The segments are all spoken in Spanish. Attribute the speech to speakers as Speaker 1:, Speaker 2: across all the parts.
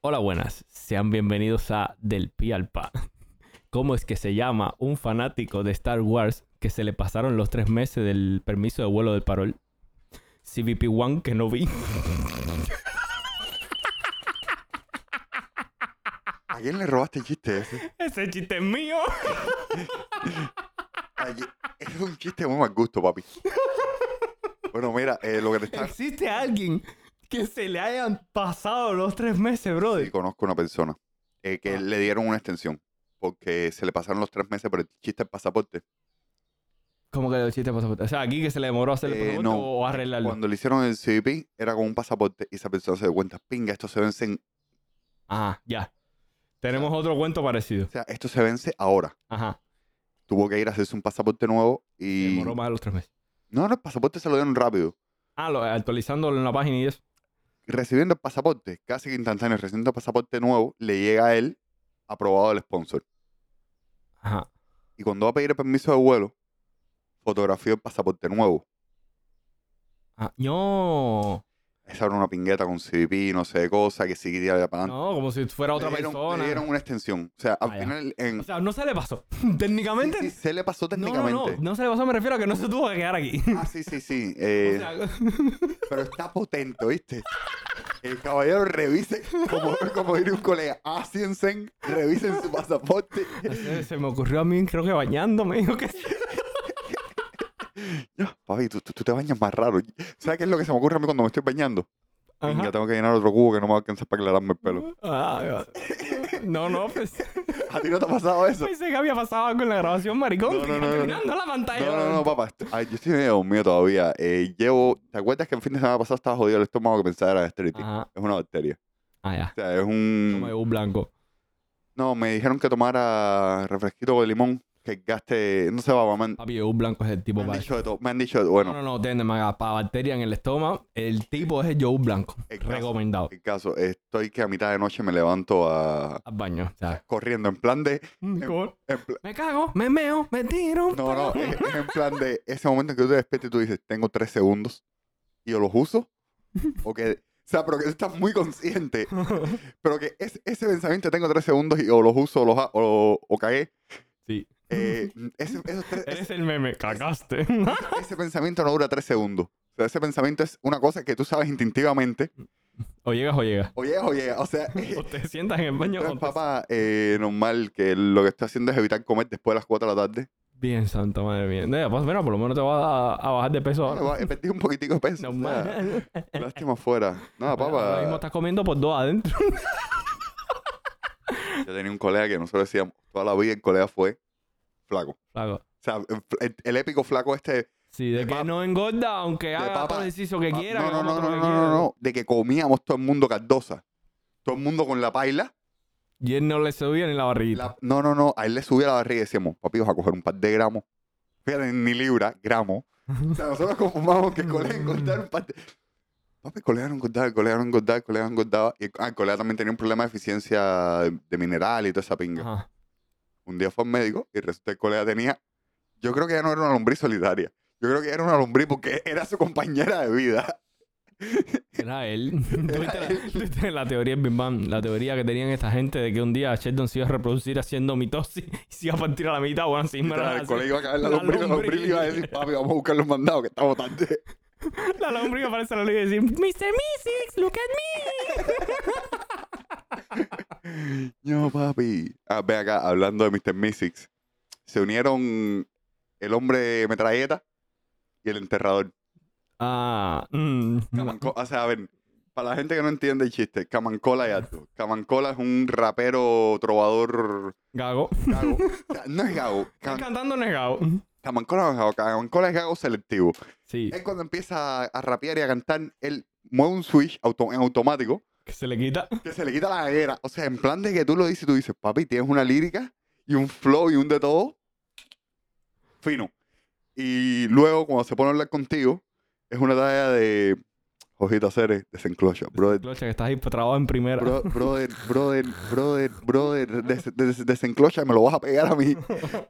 Speaker 1: Hola, buenas. Sean bienvenidos a Del Pi al Pa. ¿Cómo es que se llama un fanático de Star Wars que se le pasaron los tres meses del permiso de vuelo del parol? CBP-1 que no vi.
Speaker 2: ¿A quién le robaste el chiste ese?
Speaker 1: Ese chiste es mío.
Speaker 2: A qui- Es un chiste muy mal gusto, papi. Bueno, mira, eh, lo que te está...
Speaker 1: ¿Existe alguien que se le hayan pasado los tres meses, brother?
Speaker 2: Sí, conozco una persona eh, que
Speaker 1: Ah.
Speaker 2: le dieron una extensión porque se le pasaron los tres meses por el chiste del pasaporte.
Speaker 1: ¿Cómo que los chistes pasaporte? O sea, aquí que se le demoró hacer el
Speaker 2: Eh,
Speaker 1: pasaporte
Speaker 2: no.
Speaker 1: o arreglarlo.
Speaker 2: Cuando le hicieron el CVP, era con un pasaporte y esa persona se dio cuenta, pinga, esto se vence en-
Speaker 1: Ajá, ya. Tenemos otro cuento parecido.
Speaker 2: O sea, esto se vence ahora.
Speaker 1: Ajá.
Speaker 2: Tuvo que ir a hacerse un pasaporte nuevo y...
Speaker 1: Demoró más de los tres meses.
Speaker 2: No, no, el pasaporte se lo dieron rápido.
Speaker 1: Ah, lo, actualizándolo en la página y eso.
Speaker 2: Recibiendo el pasaporte, casi que instantáneo, recibiendo el pasaporte nuevo, le llega a él aprobado el sponsor.
Speaker 1: Ajá.
Speaker 2: Y cuando va a pedir el permiso de vuelo, fotografió el pasaporte nuevo.
Speaker 1: Ah, no.
Speaker 2: Esa era una pingueta con CVP, no sé de cosa, que sí quería para adelante.
Speaker 1: No, como si fuera otra
Speaker 2: Le dieron-
Speaker 1: persona.
Speaker 2: Le dieron una extensión. O sea, al
Speaker 1: Ah, ya.
Speaker 2: final en-
Speaker 1: O sea, no se le pasó.
Speaker 2: sí,
Speaker 1: Técnicamente.
Speaker 2: sí, se le pasó
Speaker 1: No, no,
Speaker 2: técnicamente.
Speaker 1: no. No se le pasó, me refiero a que no se tuvo que quedar aquí.
Speaker 2: Ah, sí, sí, sí.
Speaker 1: O
Speaker 2: eh,
Speaker 1: sea,
Speaker 2: Pero está potente, ¿viste? El caballero revise, como, como diría un colega, "Ah, asiensen, revisen su pasaporte.
Speaker 1: se- se me ocurrió a mí, creo que bañándome. dijo que sí.
Speaker 2: Papi, tú, tú- tú te bañas más raro. ¿Sabes qué es lo que se me ocurre a mí cuando me estoy bañando?
Speaker 1: Ajá.
Speaker 2: Ya tengo que llenar otro cubo que no me va a alcanzar para aclararme el pelo.
Speaker 1: Ah, no, no, pues.
Speaker 2: ¿A ti no te ha pasado eso?
Speaker 1: Pensé que había pasado algo en la grabación, maricón.
Speaker 2: No,
Speaker 1: que
Speaker 2: no,
Speaker 1: iba
Speaker 2: no, no.
Speaker 1: caminando a la pantalla. Ah,
Speaker 2: No, no, no, papá. est- ay, yo estoy medio dormido todavía. Eh, llevo. ¿Te acuerdas que el fin de semana pasado estaba jodido el estómago que pensaba era gastritis?
Speaker 1: Ajá.
Speaker 2: Es una bacteria.
Speaker 1: Ah, ya.
Speaker 2: O sea, es
Speaker 1: Como de
Speaker 2: un.
Speaker 1: un blanco.
Speaker 2: No, me dijeron que tomara refresquito de limón, que gaste. No sé, papá. Me han,
Speaker 1: Papi, de un blanco es el tipo
Speaker 2: me han
Speaker 1: para.
Speaker 2: dicho de todo. Me han dicho de todo. Ah, Bueno,
Speaker 1: No, no, no, tiene más para bacteria en el estómago. El tipo es el Joe Blanco.
Speaker 2: El caso.
Speaker 1: Recomendado.
Speaker 2: el caso, estoy que a mitad de noche me levanto a.
Speaker 1: Al baño. O sea,
Speaker 2: corriendo en plan de.
Speaker 1: ¿cómo?
Speaker 2: en pl-
Speaker 1: me cago, me meo, me tiro.
Speaker 2: no, no, es, es en plan de ese momento en que tú te despiertas y tú dices, tengo tres segundos y yo los uso. O que. O sea, pero que tú estás muy consciente Pero que es, ese pensamiento, tengo tres segundos y o los uso o los ha- o, o cagué.
Speaker 1: sí.
Speaker 2: eh, ese, esos tres-
Speaker 1: Eres el meme, cagaste.
Speaker 2: ese- ese pensamiento no dura tres segundos. O sea, ese pensamiento es una cosa que tú sabes instintivamente.
Speaker 1: o llegas o llegas.
Speaker 2: O llega, o llega. O sea, eh,
Speaker 1: O te sientas en el baño.
Speaker 2: entonces,
Speaker 1: o te-
Speaker 2: papá, eh, normal que lo que estoy haciendo es evitar comer después de las 4 de la tarde.
Speaker 1: Bien, santa madre mía. Mira, pues, mira, por lo menos te vas a, a bajar de peso ahora.
Speaker 2: He perdido un poquitico de peso. o sea,
Speaker 1: Normal.
Speaker 2: lástima fuera. No,
Speaker 1: Ahora mismo
Speaker 2: Ah, papá.
Speaker 1: estás comiendo por dos adentro.
Speaker 2: Yo tenía un colega que nosotros decíamos, toda la vida el colega fue flaco.
Speaker 1: Flaco.
Speaker 2: O sea, el- el- el épico flaco este
Speaker 1: Sí, de,
Speaker 2: De
Speaker 1: que
Speaker 2: pap-
Speaker 1: no engorda, aunque haga
Speaker 2: papa-
Speaker 1: todo el ejercicio que
Speaker 2: Ah,
Speaker 1: quiera.
Speaker 2: No, no,
Speaker 1: haga
Speaker 2: no,
Speaker 1: todo
Speaker 2: no,
Speaker 1: lo
Speaker 2: no,
Speaker 1: que
Speaker 2: no,
Speaker 1: quiera.
Speaker 2: no. De que comíamos todo el mundo cardosa. Todo el mundo con la paila.
Speaker 1: Y él no le subía ni la barriguita.
Speaker 2: La- No, no, no. A él le subía la barriga y decíamos, papi, vas a coger un par de gramos. Fíjate, ni libra, gramos. O sea, nosotros conformábamos que el colega engordara un par de... Papi, el colega no engordaba, el colega no engordaba, el colega no engordaba. Y el, ah, el colega también tenía un problema de eficiencia de, de mineral y toda esa pinga.
Speaker 1: Ajá.
Speaker 2: Un día fue al médico y resulta que el colega tenía... Yo creo que ya no era una lombriz solitaria. Yo creo que era una lombriz porque era su compañera de vida.
Speaker 1: Era él. Tuviste la- tuviste la teoría del Big Bang, la teoría que tenían esta gente de que un día Sheldon se iba a reproducir haciendo mitosis y se iba a partir a la mitad o así.
Speaker 2: Literal,
Speaker 1: ¿verdad?
Speaker 2: el colega iba a caer la
Speaker 1: La
Speaker 2: lombriz, la lombriz
Speaker 1: lombriz.
Speaker 2: iba a decir, papi, vamos a buscar los mandados que estamos tarde.
Speaker 1: La lombriz aparece a la luz y decir, Mr. Mystics, look at me.
Speaker 2: No, papi. Ah, ve acá, hablando de Mr. Mystics. Se unieron el hombre metralleta y el enterrador.
Speaker 1: Ah, mm,
Speaker 2: Camanco- o sea, a ver, para la gente que no entiende el chiste, Camancola y alto. Camancola es un rapero trovador
Speaker 1: gago.
Speaker 2: gago. O sea, no es gago. Cam-
Speaker 1: Cantando negado.
Speaker 2: Camancola no es gago. Camancola es gago selectivo.
Speaker 1: Sí,
Speaker 2: Él cuando empieza a, a rapear y a cantar, él mueve un switch auto- en automático
Speaker 1: que se le quita.
Speaker 2: Que se le quita la gaguera. O sea, en plan de que tú lo dices, y tú dices, papi, tienes una lírica y un flow y un de todo. Fino. Y luego, cuando se pone a hablar contigo, es una tarea de. Hojita Ceres, desenclocha. Brother,
Speaker 1: Clocha, que estás ahí trabado en primera.
Speaker 2: bro- brother, brother, brother, brother, des- des- desenclocha, me lo vas a pegar a mí.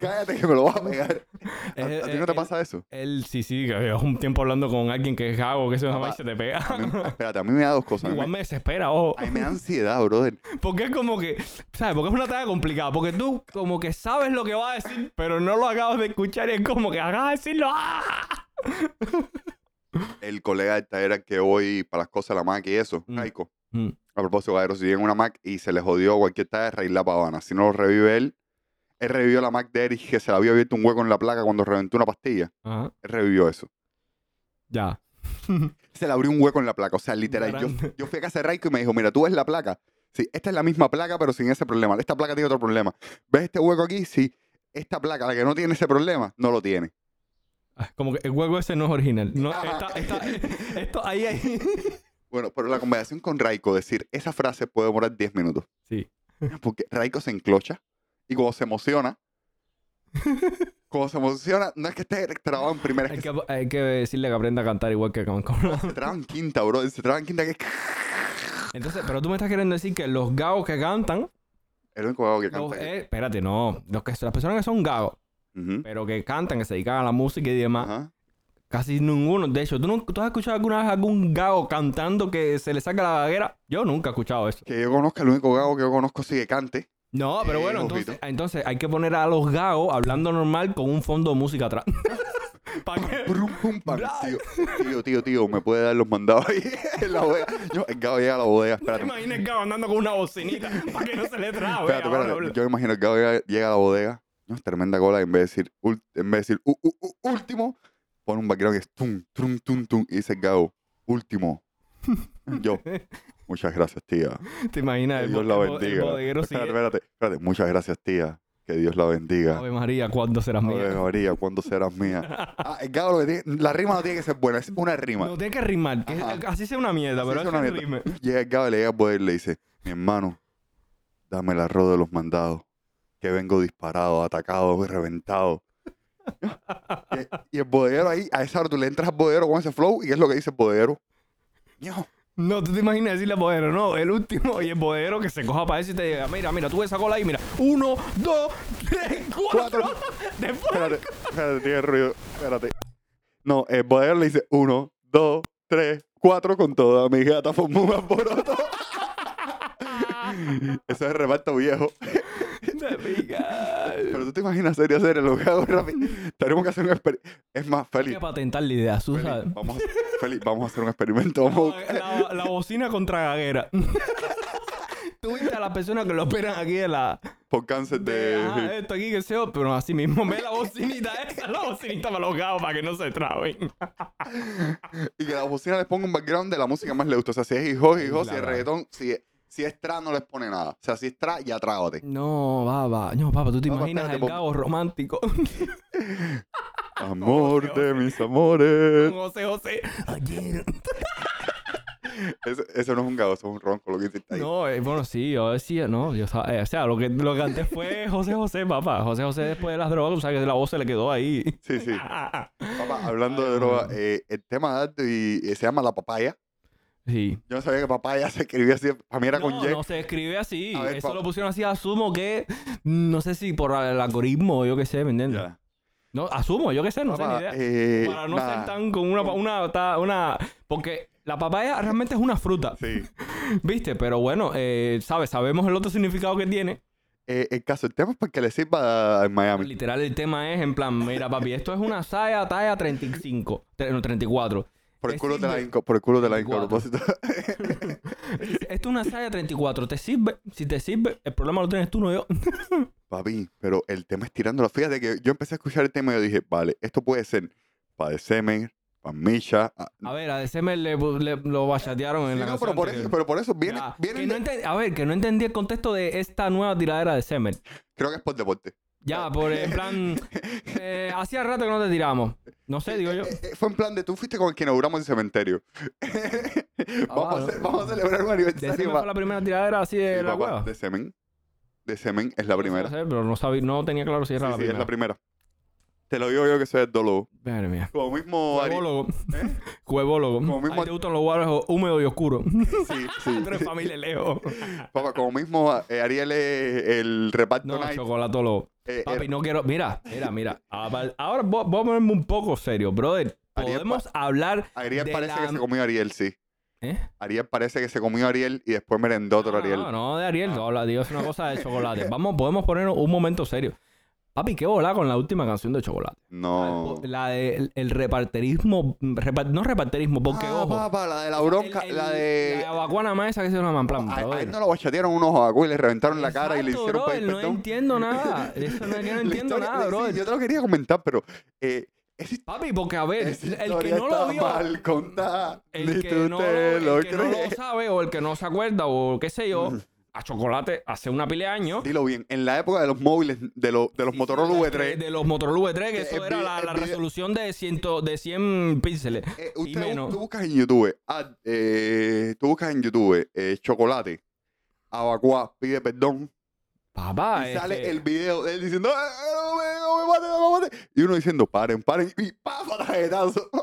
Speaker 2: Cállate que me lo vas a pegar. ¿A,
Speaker 1: Eh,
Speaker 2: a ti
Speaker 1: eh,
Speaker 2: no te
Speaker 1: eh,
Speaker 2: pasa eso?
Speaker 1: Él sí, sí, que llevas un tiempo hablando con alguien que es gago, que eso
Speaker 2: Ah,
Speaker 1: nada más se te pega.
Speaker 2: A mí- espérate, a mí me da dos cosas. A mí,
Speaker 1: Igual
Speaker 2: me-
Speaker 1: me desespera, ojo.
Speaker 2: a mí me da ansiedad, brother.
Speaker 1: Porque es como que, ¿sabes? Porque es una tarea complicada. Porque tú como que sabes lo que va a decir, pero no lo acabas de escuchar y es como que acabas de decirlo. ¡Ah!
Speaker 2: El colega del taller al que voy para las cosas de la Mac y eso,
Speaker 1: Mm.
Speaker 2: Raico.
Speaker 1: Mm.
Speaker 2: A propósito, cabrón, si llega una Mac y se le jodió cualquier taller, reír la pavana. Si no lo revive él, él revivió la Mac de Eric que se le había abierto un hueco en la placa cuando reventó una pastilla.
Speaker 1: Ajá,
Speaker 2: Él revivió eso.
Speaker 1: ya.
Speaker 2: se le abrió un hueco en la placa. O sea, literal, yo,
Speaker 1: Grande.
Speaker 2: yo fui a casa de Raico y me dijo, mira, tú ves la placa. Sí, esta es la misma placa, pero sin ese problema. Esta placa tiene otro problema. ¿Ves este hueco aquí? Sí. Esta placa, la que no tiene ese problema, no lo tiene.
Speaker 1: Ah, Como que el hueco ese no es original. No,
Speaker 2: Ajá.
Speaker 1: está, está, esto ahí, ahí.
Speaker 2: Bueno, pero la conversación con Raico, decir esa frase puede demorar 10 minutos.
Speaker 1: Sí.
Speaker 2: Porque Raico se enclocha y cuando se emociona, cuando se emociona, no es que esté trabado en primera,
Speaker 1: Hay
Speaker 2: es que
Speaker 1: que, hay que decirle que aprenda a cantar igual que con- con-
Speaker 2: se traba en quinta, bro. Se traba en quinta que es
Speaker 1: Entonces, pero tú me estás queriendo decir que los gagos que cantan,
Speaker 2: el único huevo que
Speaker 1: los-
Speaker 2: canta.
Speaker 1: eh, espérate, no, los que, las personas que son gagos,
Speaker 2: Ujú.
Speaker 1: pero que cantan, que se dedican a la música y demás,
Speaker 2: Ajá.
Speaker 1: Casi ninguno. De hecho, ¿tú, no, ¿tú has escuchado alguna vez algún gago cantando que se le saca la gaguera? Yo nunca he escuchado eso.
Speaker 2: Que yo conozca, el único gago que yo conozco sí que cante
Speaker 1: No, pero
Speaker 2: Eh,
Speaker 1: bueno,
Speaker 2: ojito.
Speaker 1: entonces, entonces hay que poner a los gagos hablando normal con un fondo de música atrás. ¿Para qué?
Speaker 2: Brum, brum, pam.
Speaker 1: Bra-
Speaker 2: Tío, tío, tío, tío, me puede dar los mandados ahí en la bodega. Yo, el Gabo llega a la bodega,
Speaker 1: ¿Te
Speaker 2: espérate.
Speaker 1: imaginas el gago andando con una bocinita para que no se le trabe?
Speaker 2: Espérate,
Speaker 1: Ahora
Speaker 2: espérate.
Speaker 1: habla.
Speaker 2: Yo me imagino que Gabo llega, llega a la bodega. No, es tremenda cola. y En vez de decir, ul- en vez de decir "U- u- u- último, pone un background que es tum, tum, tum, tum. Y dice el Gabo, último. Yo, muchas gracias, tía.
Speaker 1: ¿Te imaginas
Speaker 2: Que
Speaker 1: Ah, el,
Speaker 2: Dios
Speaker 1: bo-
Speaker 2: la
Speaker 1: el bo- el
Speaker 2: bendiga.
Speaker 1: bodeguero sigue,
Speaker 2: Espérate, espérate, espérate. Muchas gracias, tía. Que Dios la bendiga.
Speaker 1: Ave María, ¿cuándo serás
Speaker 2: Ave
Speaker 1: mía?
Speaker 2: María, ¿cuándo serás mía? Ah, el Gabo, lo que tiene- la rima no tiene que ser buena, es una rima.
Speaker 1: No, tiene que rimar. que
Speaker 2: Ajá.
Speaker 1: así sea una mierda,
Speaker 2: Así
Speaker 1: pero
Speaker 2: sea
Speaker 1: es
Speaker 2: una
Speaker 1: que
Speaker 2: mierda.
Speaker 1: rime.
Speaker 2: Llega el Gabo y le llega a poder y le dice, mi hermano, dame el arroz de los mandados, que vengo disparado, atacado, reventado. y, y el bodeguero ahí, a esa hora tú le entras al bodeguero con ese flow y ¿qué es lo que dice el bodeguero? Ño,
Speaker 1: No, tú te imaginas decirle al bodero, no, el último y el bodero que se coja para eso y te diga, mira, mira, tú ves esa cola ahí, mira, uno, dos, tres, cuatro.
Speaker 2: Cuatro.
Speaker 1: Después,
Speaker 2: espérate, espérate, tiene ruido, espérate. No, el bodeguero le dice, uno, dos, tres, cuatro, con toda mi gata formó un alboroto. Eso es reparto viejo.
Speaker 1: de pica.
Speaker 2: Pero tú te imaginas serio hacer el hago rápido. Tenemos que hacer un experimento. Es más,
Speaker 1: Hay que
Speaker 2: Félix.
Speaker 1: patentar la idea, tú
Speaker 2: Félix,
Speaker 1: sabes.
Speaker 2: vamos, a, Félix, vamos a hacer un experimento. Vamos a-
Speaker 1: La, la bocina contra gaguera. Tú viste a las personas que lo operan aquí de la.
Speaker 2: por cáncer de.
Speaker 1: de, ajá, eh. esto aquí, que sea, pero así mismo, ve la bocinita esa, la bocinita para los gatos para que no se traben.
Speaker 2: Y que la bocina les ponga un background de la música más le gusta. O sea, si es hip hop, hip hop, si es
Speaker 1: Claro.
Speaker 2: reggaetón, si es, si es tra, no les pone nada. O sea, si es tra, ya trágate.
Speaker 1: No, baba, no, papá, tú te
Speaker 2: No,
Speaker 1: imaginas
Speaker 2: espérate,
Speaker 1: el
Speaker 2: pon-
Speaker 1: gago romántico.
Speaker 2: Amor de mis amores.
Speaker 1: José, José. Ayer.
Speaker 2: Eso, eso no es un gado, eso es un ronco lo que hiciste ahí.
Speaker 1: No, eh, bueno, sí, yo decía, no, yo sa- eh, o sea, lo que, lo que antes fue José José, papá. José José después de las drogas, o sea, que la voz se le quedó ahí.
Speaker 2: Sí, sí. Papá, hablando de
Speaker 1: Ay,
Speaker 2: droga,
Speaker 1: no.
Speaker 2: eh, el tema de arte y, eh, se llama la papaya.
Speaker 1: Sí.
Speaker 2: Yo no sabía que papaya se escribía así. Para mí era con
Speaker 1: No,
Speaker 2: Y.
Speaker 1: no se escribe así.
Speaker 2: A ver,
Speaker 1: Eso
Speaker 2: pa-
Speaker 1: lo pusieron así, asumo que, mm, no sé si por el algoritmo o yo qué sé, ¿me entiendes?
Speaker 2: Ya.
Speaker 1: No, asumo, yo qué sé, no sé ni
Speaker 2: Papá,
Speaker 1: idea.
Speaker 2: eh,
Speaker 1: Para no
Speaker 2: nada.
Speaker 1: ser tan con una, pa- una, ta- una... Porque la papaya realmente es una fruta,
Speaker 2: Sí.
Speaker 1: ¿viste? Pero bueno, eh, ¿sabes? Sabemos el otro significado que tiene.
Speaker 2: Eh, el caso, el tema es para que le sirva en Miami.
Speaker 1: Literal, el tema es en plan, mira, papi, esto es una saya talla 35, tre- no, 34.
Speaker 2: Por el
Speaker 1: te
Speaker 2: culo te la
Speaker 1: sirve.
Speaker 2: inco, por el culo te la inco a
Speaker 1: Cuatro.
Speaker 2: propósito.
Speaker 1: Esto es una saya 34, ¿te sirve? Si te sirve, el problema lo tienes tú, no yo.
Speaker 2: Papi, pero el tema es tirándola. Fíjate que yo empecé a escuchar el tema y yo dije, vale, esto puede ser para de semen, para Misha. ah,
Speaker 1: A ver, a DCM le, le- lo bachatearon en
Speaker 2: sí,
Speaker 1: la
Speaker 2: no,
Speaker 1: canción
Speaker 2: pero por,
Speaker 1: anterior.
Speaker 2: eso, pero por eso viene,
Speaker 1: Ya,
Speaker 2: viene
Speaker 1: que no
Speaker 2: de-
Speaker 1: enten- A ver, que no entendí el contexto de esta nueva tiradera de Semer.
Speaker 2: creo que es por deporte.
Speaker 1: Ya, por en plan. eh, hacía rato que no te tiramos. No sé, digo yo.
Speaker 2: Eh, eh, fue en plan de tú fuiste con el que inauguramos el cementerio. vamos, a
Speaker 1: no.
Speaker 2: ce- vamos a celebrar un
Speaker 1: DCM
Speaker 2: aniversario.
Speaker 1: Ah, fue la primera tiradera así de
Speaker 2: Sí,
Speaker 1: la
Speaker 2: papá,
Speaker 1: hueva.
Speaker 2: de semen. De semen es la primera.
Speaker 1: No sé, pero no, sabía, no tenía claro si
Speaker 2: Sí,
Speaker 1: era la
Speaker 2: sí, es
Speaker 1: primera.
Speaker 2: la primera. Te lo digo yo que soy odólogo.
Speaker 1: Madre mía.
Speaker 2: Como mismo... Ari-
Speaker 1: Cuevólogo.
Speaker 2: ¿Eh?
Speaker 1: Cuevólogo.
Speaker 2: Como mismo-
Speaker 1: A ti te gustan los guarros húmedos y oscuros.
Speaker 2: Sí, sí.
Speaker 1: Tres familias lejos.
Speaker 2: Papá, como mismo eh, Ariel es el reparto
Speaker 1: No,
Speaker 2: night.
Speaker 1: chocolatólogo.
Speaker 2: eh,
Speaker 1: Papi,
Speaker 2: eh,
Speaker 1: no quiero. Mira, mira, mira. Ahora ahora vo- vamos a ponerme un poco serio, brother.
Speaker 2: Ariel
Speaker 1: Podemos hablar.
Speaker 2: Ariel
Speaker 1: de
Speaker 2: parece
Speaker 1: la-
Speaker 2: que se comió a Ariel, sí.
Speaker 1: ¿Eh?
Speaker 2: Ariel parece que se comió a Ariel y después merendó otro
Speaker 1: No,
Speaker 2: Ariel.
Speaker 1: No,
Speaker 2: Ah.
Speaker 1: no, de Ariel. No, la digo, es una cosa de chocolate. Vamos, podemos poner un momento serio. Papi, qué bola con la última canción de chocolate.
Speaker 2: No.
Speaker 1: La de el, el reparterismo. repa- no reparterismo, porque
Speaker 2: Ah,
Speaker 1: ojo.
Speaker 2: papá, la de la bronca,
Speaker 1: el-
Speaker 2: la
Speaker 1: La
Speaker 2: de...
Speaker 1: aguacuana maesa que se llama en plan.
Speaker 2: A,
Speaker 1: brother.
Speaker 2: a él no lo bachatearon unos abacu y le reventaron la cara y le
Speaker 1: Exacto,
Speaker 2: hicieron
Speaker 1: brother,
Speaker 2: pedir
Speaker 1: No
Speaker 2: perdón.
Speaker 1: entiendo nada. Eso no, yo no
Speaker 2: La
Speaker 1: entiendo
Speaker 2: historia-
Speaker 1: nada,
Speaker 2: sí,
Speaker 1: brother.
Speaker 2: Yo te lo quería comentar, pero eh, esa hist-
Speaker 1: Papi, porque a ver,
Speaker 2: esa
Speaker 1: el que
Speaker 2: historia
Speaker 1: no
Speaker 2: está
Speaker 1: lo vio.
Speaker 2: mal contada.
Speaker 1: El
Speaker 2: Ni
Speaker 1: que,
Speaker 2: tú
Speaker 1: no,
Speaker 2: te
Speaker 1: lo, el que no lo
Speaker 2: crees.
Speaker 1: sabe o el que no se acuerda o qué sé yo, a chocolate hace una pila de años.
Speaker 2: Dilo bien, en la época de los móviles, de, los de los Motorola
Speaker 1: De,
Speaker 2: V3,
Speaker 1: los Motorola V3, que
Speaker 2: Eh,
Speaker 1: eso
Speaker 2: el
Speaker 1: era
Speaker 2: vi-
Speaker 1: la,
Speaker 2: el
Speaker 1: la
Speaker 2: video-
Speaker 1: resolución de 100, de 100 píxeles.
Speaker 2: eh,
Speaker 1: y
Speaker 2: usted,
Speaker 1: menos.
Speaker 2: tú buscas en YouTube, ah, eh, tú buscas en YouTube eh, chocolate, abacuá, pide perdón,
Speaker 1: Papá, este,
Speaker 2: y
Speaker 1: es
Speaker 2: sale
Speaker 1: que-
Speaker 2: el video de él diciendo, "Ah, no me, no me maten, no me maten", y uno diciendo, paren, paren, y pasa tarjetazo.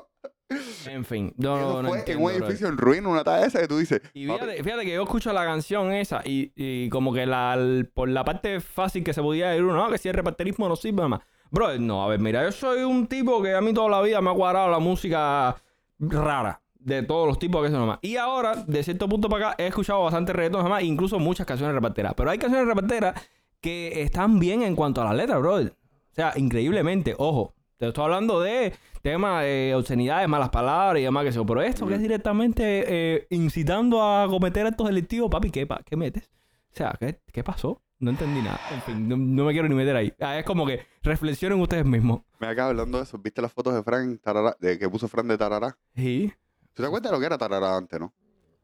Speaker 1: En fin, no,
Speaker 2: Eso
Speaker 1: no, no
Speaker 2: fue
Speaker 1: entiendo,
Speaker 2: en un
Speaker 1: brother.
Speaker 2: edificio en ruina, una talla esa que tú dices.
Speaker 1: Y
Speaker 2: "Papi,
Speaker 1: fíjate, fíjate que yo escucho la canción esa y, y como que la, el- por la parte fácil que se podía ir uno, "Ah, que si el reparterismo no sirve más. Bro, no, a ver, mira, yo soy un tipo que a mí toda la vida me ha cuadrado la música rara. De todos los tipos que son nomás. Y ahora, de cierto punto para acá, he escuchado bastante reggaetón jamás, incluso muchas canciones reparteras. Pero hay canciones reparteras que están bien en cuanto a las letras, bro. O sea, increíblemente, ojo. Te estoy hablando de temas de obscenidades, malas palabras y demás que eso. Pero esto que es directamente eh, incitando a cometer actos delictivos, papi, ¿qué, pa- qué metes? O sea, ¿qué, qué pasó? No entendí nada. En fin, no, no me quiero ni meter ahí. Ah, es como que reflexionen ustedes mismos.
Speaker 2: Me acaba hablando de eso. ¿Viste las fotos de Frank Tarará, de que puso Frank de Tarará?
Speaker 1: Y
Speaker 2: ¿Tú te acuerdas de lo que era Tarará antes, no?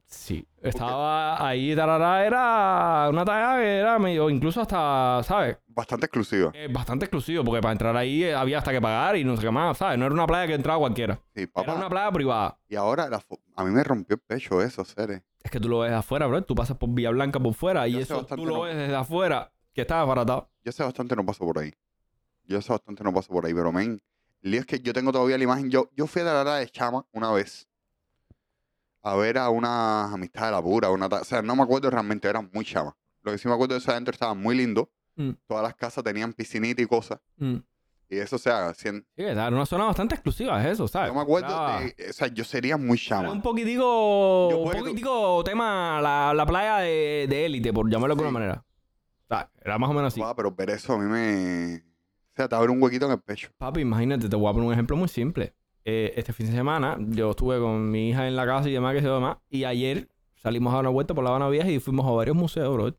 Speaker 1: sí, estaba ahí, tarara, era una talla que era medio, incluso hasta, ¿sabes?
Speaker 2: Bastante exclusiva.
Speaker 1: Eh, bastante exclusivo, porque para entrar ahí eh, había hasta que pagar y no sé qué más, ¿sabes? No era una playa que entraba cualquiera.
Speaker 2: Sí,
Speaker 1: Era
Speaker 2: papá.
Speaker 1: una playa privada.
Speaker 2: Y ahora la fo- a mí me rompió el pecho eso, seres.
Speaker 1: Es que tú lo ves afuera, bro. Tú pasas por Villa Blanca por fuera y
Speaker 2: Yo sé
Speaker 1: eso tú
Speaker 2: bastante
Speaker 1: lo
Speaker 2: lo-
Speaker 1: ves desde afuera, que está desbaratado.
Speaker 2: Yo sé bastante no paso por ahí. Yo sé bastante no paso por ahí, pero men. El lío es que yo tengo todavía la imagen. Yo, yo fui a Tarará de Chama una vez. A ver a una amistad de la pura. Una ta- o sea, no me acuerdo realmente, eran muy chama. Lo que sí me acuerdo es que adentro estaba muy lindo.
Speaker 1: Mm.
Speaker 2: Todas las casas tenían piscinita y cosas.
Speaker 1: Mm.
Speaker 2: Y eso, o sea, cien-
Speaker 1: Sí, era una zona bastante exclusiva, es eso, ¿sabes?
Speaker 2: yo me acuerdo.
Speaker 1: Era-
Speaker 2: de- o sea, yo sería muy
Speaker 1: era
Speaker 2: chama.
Speaker 1: Ah, un poquitico,
Speaker 2: Yo
Speaker 1: un
Speaker 2: puedo-
Speaker 1: poquitico tema, la, la playa de de élite, por llamarlo de alguna
Speaker 2: Sí.
Speaker 1: manera. O sea, era más o menos así.
Speaker 2: Guau, Ah, pero ver eso a mí me. O sea, te abre un huequito en el pecho.
Speaker 1: Papi, imagínate, te voy a poner un ejemplo muy simple. Eh, este fin de semana yo estuve con mi hija en la casa y demás, que se demás. Y ayer salimos a dar una vuelta por La Habana Vieja y fuimos a varios museos, bro.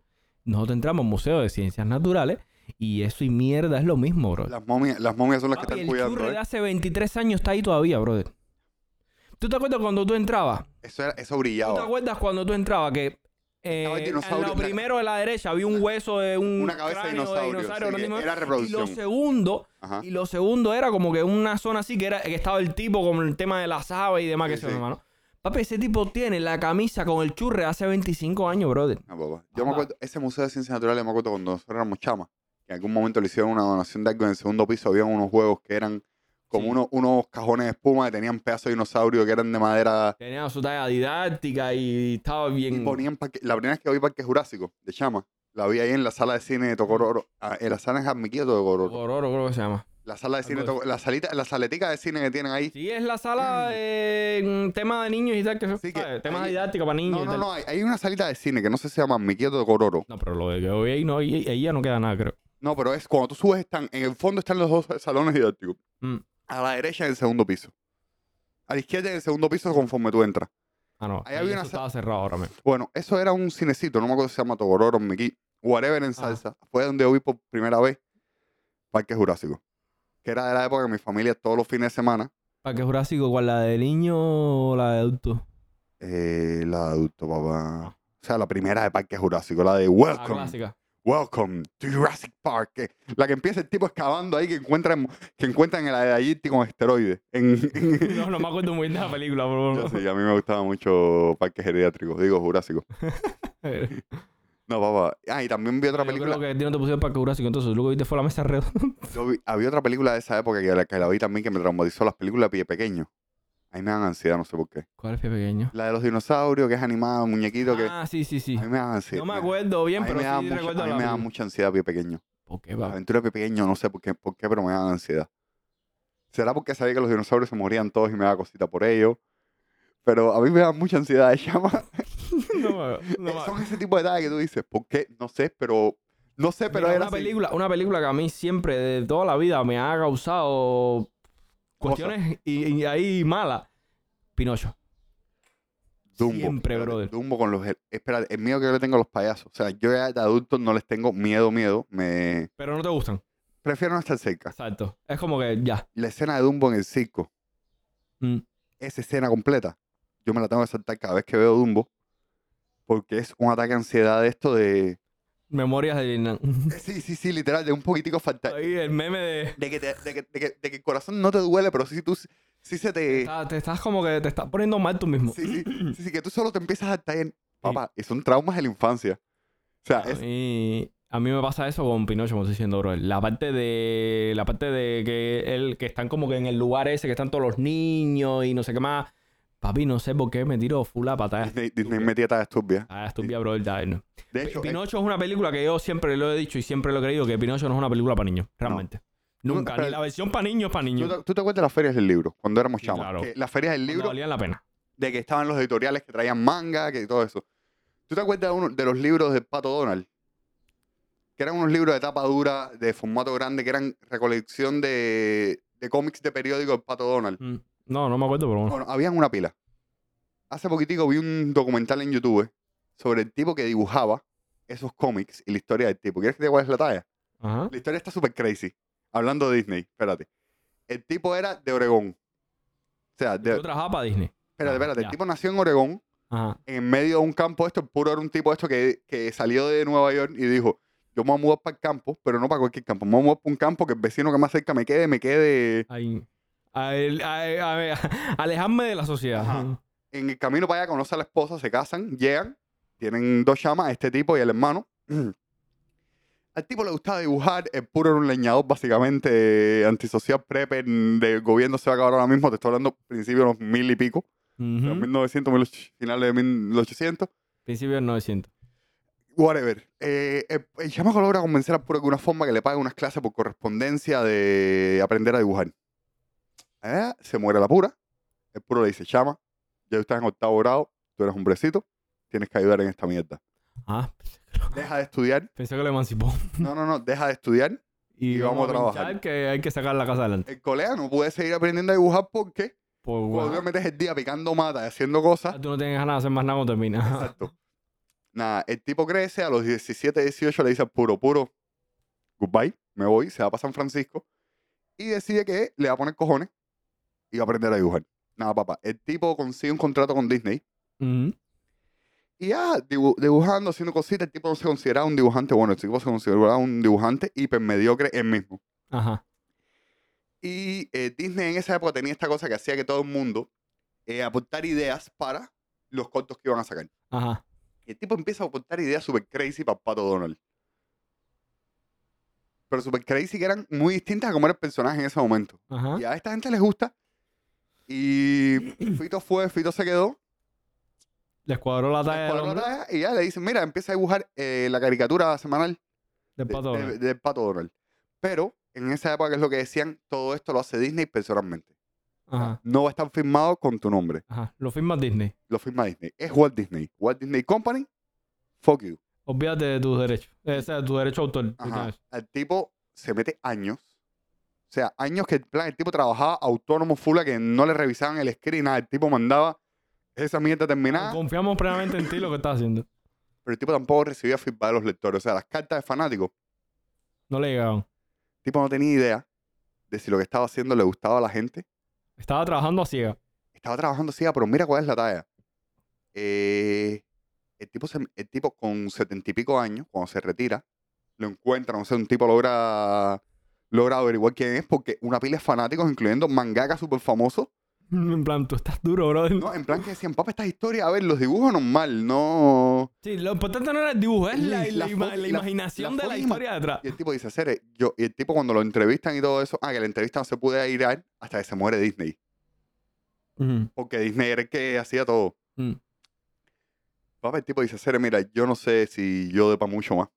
Speaker 1: Nosotros entramos al Museo de Ciencias Naturales y eso y mierda es lo mismo, bro.
Speaker 2: Las momias, las momias son las
Speaker 1: Papi,
Speaker 2: que están
Speaker 1: el
Speaker 2: cuidando.
Speaker 1: churro
Speaker 2: ¿eh?
Speaker 1: de hace 23 años está ahí todavía, brother. ¿Tú te acuerdas cuando tú entrabas?
Speaker 2: Eso, era, eso
Speaker 1: ¿Tú te
Speaker 2: brillaba.
Speaker 1: acuerdas cuando tú entrabas que eh,
Speaker 2: Estaba el
Speaker 1: en
Speaker 2: dinosaurio
Speaker 1: lo
Speaker 2: en la-
Speaker 1: primero de la derecha había un hueso de un
Speaker 2: Una cabeza de
Speaker 1: cráneo
Speaker 2: dinosaurio. sí,
Speaker 1: ahora
Speaker 2: que
Speaker 1: mismo?
Speaker 2: era
Speaker 1: y lo
Speaker 2: reproducción.
Speaker 1: segundo,
Speaker 2: Ajá.
Speaker 1: y lo segundo era como que una zona así que, era, que estaba el tipo con el tema de las aves y demás
Speaker 2: Sí,
Speaker 1: que se
Speaker 2: sí.
Speaker 1: hermano. Papi, ese tipo tiene la camisa con el churre hace 25 años, brother.
Speaker 2: No, Ah, papá. Yo
Speaker 1: Papá.
Speaker 2: me acuerdo, ese museo de ciencias naturales me acuerdo cuando nosotros éramos chamas. Que en algún momento le hicieron una donación de algo en el segundo piso. Habían unos juegos que eran como
Speaker 1: Sí.
Speaker 2: unos, unos cajones de espuma que tenían pedazos de dinosaurio que eran de madera.
Speaker 1: Tenía su talla didáctica y estaba
Speaker 2: Y
Speaker 1: bien.
Speaker 2: ponían parque- la primera vez que vi Parque Jurásico de Chama, la vi ahí en la sala de cine de Tocororo. Ah, En la sala de Jarmiquillo de Tocororo.
Speaker 1: Gororo, creo que se llama.
Speaker 2: La sala de cine,
Speaker 1: Oh, Algo
Speaker 2: to- la salita, la saletica de cine que tienen ahí.
Speaker 1: Sí, es la sala de mm, tema de niños y tal, que,
Speaker 2: Sí, que
Speaker 1: ¿sabes? temas
Speaker 2: ahí-
Speaker 1: didácticos para niños
Speaker 2: No,
Speaker 1: y
Speaker 2: no,
Speaker 1: tal.
Speaker 2: no, hay, hay una salita de cine que no sé si se llama Mi Quieto de Cororo.
Speaker 1: No, pero lo de que hoy ahí no, ahí, ahí ya no queda nada, creo.
Speaker 2: No, pero es cuando tú subes, están, en el fondo están los dos salones didácticos.
Speaker 1: Mm.
Speaker 2: A la derecha en el segundo piso. A la izquierda en el segundo piso conforme tú entras.
Speaker 1: Ah, no.
Speaker 2: Ahí
Speaker 1: ahí
Speaker 2: había
Speaker 1: eso
Speaker 2: una sa-
Speaker 1: estaba cerrado ahora mismo.
Speaker 2: Bueno, eso era un cinecito, no me acuerdo si se llama Tocororo, Mickey, whatever
Speaker 1: Ah.
Speaker 2: en salsa. Fue donde yo vi por primera vez Parque Jurásico. Que era de la época que mi familia todos los fines de semana,
Speaker 1: ¿Para qué Jurásico? ¿Cuál? ¿La de niño o la de adulto?
Speaker 2: eh, la de adulto, papá. O sea, la primera de Parque Jurásico, la de Welcome.
Speaker 1: clásica.
Speaker 2: Welcome to Jurassic Park. que- la que empieza el tipo excavando ahí que encuentran, que encuentran el adayiti con esteroides. En, en-
Speaker 1: No, no me acuerdo muy bien de la película, bro.
Speaker 2: Yo sí, a mí me gustaba mucho parques geriátricos, digo jurásico. No, papá. Ah, Ah, y también vi otra
Speaker 1: Yo
Speaker 2: película.
Speaker 1: creo que a ti no te pusieron para Jurassic, entonces luego viste fue la mesa redonda.
Speaker 2: Yo vi- había otra película de esa época que la, que la vi también que me traumatizó las películas de pie pequeño. Ahí me dan ansiedad, no sé por qué.
Speaker 1: ¿Cuál fue pequeño?
Speaker 2: La de los dinosaurios, que es animada, muñequito, que.
Speaker 1: Ah, sí, sí, sí.
Speaker 2: A mí me dan ansiedad.
Speaker 1: No me acuerdo bien,
Speaker 2: a mí
Speaker 1: pero
Speaker 2: me da
Speaker 1: sí
Speaker 2: mucha-
Speaker 1: recuerdo
Speaker 2: a mí
Speaker 1: la
Speaker 2: me da
Speaker 1: película.
Speaker 2: mucha ansiedad pie pequeño.
Speaker 1: ¿Por qué,
Speaker 2: La
Speaker 1: va?
Speaker 2: aventura de Pie Pequeño, no sé por qué, por qué, pero me dan ansiedad. ¿Será porque sabía que los dinosaurios se morían todos y me da cosita por ello? Pero a mí me da mucha ansiedad de llama.
Speaker 1: No me- no
Speaker 2: Eh,
Speaker 1: me-
Speaker 2: Son ese tipo de detalles que tú dices, ¿por qué? No sé, pero... No sé, pero
Speaker 1: Mira, una
Speaker 2: era así.
Speaker 1: película, una película que a mí siempre de toda la vida me ha causado cuestiones y, y ahí malas. Pinocho.
Speaker 2: Dumbo.
Speaker 1: Siempre,
Speaker 2: espérate,
Speaker 1: brother.
Speaker 2: Dumbo con los... Espera, el miedo que yo le tengo a los payasos. O sea, yo ya de adulto no les tengo miedo, miedo. Me...
Speaker 1: Pero no te gustan.
Speaker 2: Prefiero no estar cerca.
Speaker 1: Exacto. Es como que ya.
Speaker 2: La escena de Dumbo en el circo.
Speaker 1: Mm.
Speaker 2: esa escena completa, yo me la tengo que saltar cada vez que veo Dumbo, porque es un ataque de ansiedad de esto de...
Speaker 1: Memorias de Vietnam.
Speaker 2: Eh, Sí, sí, sí, literal, de un poquitico fantasma.
Speaker 1: Ahí el meme de.
Speaker 2: De que, te- de, que, de que- de que el corazón no te duele, pero sí, tú, sí se te...
Speaker 1: Ah, te estás como que te estás poniendo mal tú mismo.
Speaker 2: Sí, sí, sí, sí, que tú solo te empiezas a estar en... Papá, y son traumas de la infancia. O sea,
Speaker 1: A
Speaker 2: es...
Speaker 1: mí, a mí me pasa eso con Pinocho, como estoy diciendo, bro. La parte de. La parte de que él, que están como que en el lugar ese, que están todos los niños y no sé qué más. Papi, no sé por qué me tiro full a patadas.
Speaker 2: Disney, Disney metía tan estúpida.
Speaker 1: Ah, estúpida, bro. ya, no.
Speaker 2: De
Speaker 1: Pi-
Speaker 2: hecho, eh,
Speaker 1: Pinocho es una película que yo siempre lo he dicho y siempre lo he creído, que Pinocho no es una película para niños, realmente.
Speaker 2: No,
Speaker 1: Nunca,
Speaker 2: pero-
Speaker 1: ni la versión para niños es para
Speaker 2: ¿tú,
Speaker 1: niños.
Speaker 2: te- tú te acuerdas de las ferias del libro, cuando éramos
Speaker 1: Sí,
Speaker 2: chamas.
Speaker 1: claro.
Speaker 2: Que las ferias del
Speaker 1: No
Speaker 2: libro,
Speaker 1: valían la pena.
Speaker 2: de que estaban los editoriales que traían manga, que todo eso. ¿Tú te acuerdas de, uno, de los libros de Pato Donald? Que eran unos libros de tapa dura, de formato grande, que eran recolección de, de cómics de periódico de Pato Donald.
Speaker 1: Mm. No, no me acuerdo, pero bueno.
Speaker 2: Bueno, habían una pila. Hace poquitico vi un documental en YouTube sobre el tipo que dibujaba esos cómics y la historia del tipo. ¿Quieres que te cuál es la talla?
Speaker 1: Ajá.
Speaker 2: La historia está súper crazy. Hablando de Disney, espérate. El tipo era de Oregón. O sea, de-
Speaker 1: Yo trabajaba para Disney.
Speaker 2: espérate, espérate.
Speaker 1: Ya.
Speaker 2: El tipo nació en Oregón,
Speaker 1: Ajá.
Speaker 2: en medio de un campo esto, el puro era un tipo esto que, que salió de Nueva York y dijo, yo me voy a mudar para el campo, pero no para cualquier campo, me voy a mudar para un campo que el vecino que más cerca me quede, me quede
Speaker 1: Ahí. A él- a él- a ver, alejarme de la sociedad.
Speaker 2: Ajá. en el camino para allá, conoce a la esposa, se casan, llegan, tienen dos llamas, este tipo y el hermano. Al tipo le gustaba dibujar, el puro era un leñador básicamente antisocial, prepper, del gobierno se va a acabar ahora mismo, te estoy hablando principios de los mil y pico,
Speaker 1: Ujú.
Speaker 2: los 1900, 1800, finales de 1800.
Speaker 1: Principio del 900.
Speaker 2: Whatever. Eh, eh, el chamaco logra convencer al puro de una forma que le pague unas clases por correspondencia de aprender a dibujar. Eh, se muere la pura. El puro le dice, chama, ya tú estás en octavo grado, tú eres hombrecito, tienes que ayudar en esta mierda.
Speaker 1: Ah,
Speaker 2: Deja de estudiar.
Speaker 1: pensé que lo emancipó.
Speaker 2: No, no, no, deja de estudiar.
Speaker 1: Y,
Speaker 2: Y vamos a trabajar.
Speaker 1: pinchar que hay que sacar la casa adelante.
Speaker 2: El colega no puede seguir aprendiendo a dibujar porque
Speaker 1: Por
Speaker 2: cuando
Speaker 1: guau.
Speaker 2: tú metes el día picando mata y haciendo cosas,
Speaker 1: Ah, Tú no tienes ganas de hacer más nada cuando terminas.
Speaker 2: Exacto. Nada, el tipo crece, a los 17, 18 le dice al puro, puro, goodbye, me voy, se va para San Francisco y decide que le va a poner cojones y va a aprender a dibujar. Nada, papá, el tipo consigue un contrato con Disney
Speaker 1: Ujú.
Speaker 2: y ya, dibu- dibujando, haciendo cositas, el tipo no se consideraba un dibujante bueno, el tipo se consideraba un dibujante hipermediocre él mismo.
Speaker 1: Ajá.
Speaker 2: Y eh, Disney en esa época tenía esta cosa que hacía que todo el mundo eh, aportar ideas para los cortos que iban a sacar.
Speaker 1: Ajá.
Speaker 2: Y el tipo empieza a aportar ideas super crazy para Pato Donald. Pero super crazy que eran muy distintas a cómo era el personaje en ese momento.
Speaker 1: Ajá.
Speaker 2: Y a esta gente les gusta. Y Fito fue, Fito se quedó.
Speaker 1: Les cuadró la talla
Speaker 2: cuadró
Speaker 1: del
Speaker 2: la
Speaker 1: hombre,
Speaker 2: talla y ya le dicen, mira, empieza a dibujar eh, la caricatura semanal
Speaker 1: del
Speaker 2: de-
Speaker 1: pato.
Speaker 2: de-
Speaker 1: Donald.
Speaker 2: del Pato Donald. Pero en esa época, que es lo que decían, todo esto lo hace Disney personalmente. O sea,
Speaker 1: Ajá.
Speaker 2: No va a estar firmado con tu nombre.
Speaker 1: Ajá. Lo firma Disney.
Speaker 2: Lo firma Disney. Es Walt Disney. Walt Disney Company, fuck you.
Speaker 1: Olvídate de tus derechos. Ese es tu derecho a autor. que
Speaker 2: Ajá.
Speaker 1: tienes.
Speaker 2: El tipo se mete años. O sea, años que en plan, el tipo trabajaba autónomo fula que no le revisaban el screen, nada. El tipo mandaba esa mierda terminada,
Speaker 1: Confiamos plenamente en ti lo que estás haciendo.
Speaker 2: pero el tipo tampoco recibía feedback de los lectores. O sea, las cartas de fanáticos, el
Speaker 1: No le llegaban.
Speaker 2: tipo no tenía idea de si lo que estaba haciendo le gustaba a la gente.
Speaker 1: Estaba trabajando a ciega.
Speaker 2: Estaba trabajando así, ah, pero mira cuál es la talla. Eh, el, tipo se- el tipo con setenta y pico años, cuando se retira, lo encuentra, no sé, un tipo logra, logra averiguar quién es, porque una pila de fanáticos, incluyendo mangaka súper famosos,
Speaker 1: En plan, tú estás duro, brother.
Speaker 2: No, en plan que decían, papá, estas historias, a ver, los dibujos normal, no...
Speaker 1: Sí, lo importante no era el dibujo, es la,
Speaker 2: La
Speaker 1: la
Speaker 2: fo-
Speaker 1: ima- la
Speaker 2: la-
Speaker 1: imaginación
Speaker 2: la
Speaker 1: de la
Speaker 2: forma.
Speaker 1: historia de atrás.
Speaker 2: Y el tipo dice, Cere, yo, y el tipo cuando lo entrevistan y todo eso, ah, que la entrevista no se puede ir a él hasta que se muere Disney.
Speaker 1: Ujú,
Speaker 2: Porque Disney era el que hacía todo.
Speaker 1: mm.
Speaker 2: Papá, el tipo dice, Cere, mira, yo no sé si yo de pa' mucho más.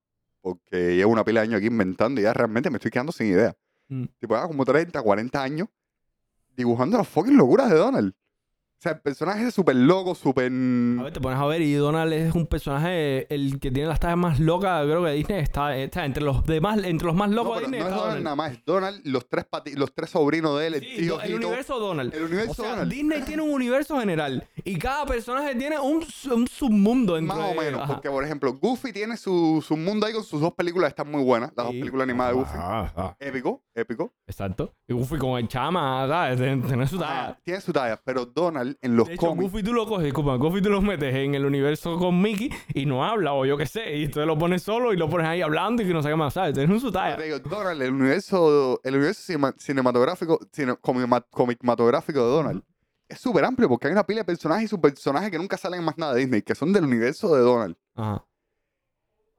Speaker 2: Porque llevo una pila de años aquí inventando y ya realmente me estoy quedando sin idea.
Speaker 1: Mm.
Speaker 2: Tipo, ah, como 30, 40 años dibujando las fucking locuras de Donald. O sea, el personaje es súper loco, súper...
Speaker 1: A ver, te pones a ver y Donald es un personaje, el que tiene las tareas más locas, creo que Disney está, está entre los demás, entre los más
Speaker 2: No,
Speaker 1: locos de
Speaker 2: pero
Speaker 1: pues, Disney
Speaker 2: no es
Speaker 1: está
Speaker 2: Donald
Speaker 1: Donald.
Speaker 2: nada más, es Donald, los tres, pati- los tres sobrinos de él, el
Speaker 1: Sí,
Speaker 2: tío,
Speaker 1: do- el
Speaker 2: Tito,
Speaker 1: universo Donald.
Speaker 2: el universo
Speaker 1: O sea,
Speaker 2: Donald.
Speaker 1: Disney tiene un universo general y cada personaje tiene un, su- un submundo dentro
Speaker 2: Más o
Speaker 1: de-
Speaker 2: menos,
Speaker 1: ajá.
Speaker 2: porque por ejemplo, Goofy tiene su, su mundo ahí con sus dos películas, están muy buenas, las
Speaker 1: Sí.
Speaker 2: dos películas animadas de Goofy.
Speaker 1: Ajá, ajá.
Speaker 2: Épico, épico.
Speaker 1: Exacto. Y Goofy con el chama, ¿sabes? Ten- Tener su
Speaker 2: Ajá,
Speaker 1: talla.
Speaker 2: tiene su talla, pero Donald en Ah, los
Speaker 1: De hecho,
Speaker 2: cómics.
Speaker 1: Goofy tú lo coges, disculpa, Goofy tú lo metes en el universo con Mickey y no habla, o yo qué sé, y tú lo pones solo y lo pones ahí hablando y que no sé qué más, ¿sabes? Tienes su
Speaker 2: Ah, te
Speaker 1: talla.
Speaker 2: digo, Donald, el universo, el universo cinema- cinematográfico, cine- comima- comicmatográfico de Donald es súper amplio porque hay una pila de personajes y subpersonajes que nunca salen en más nada de Disney, que son del universo de Donald.
Speaker 1: Ajá.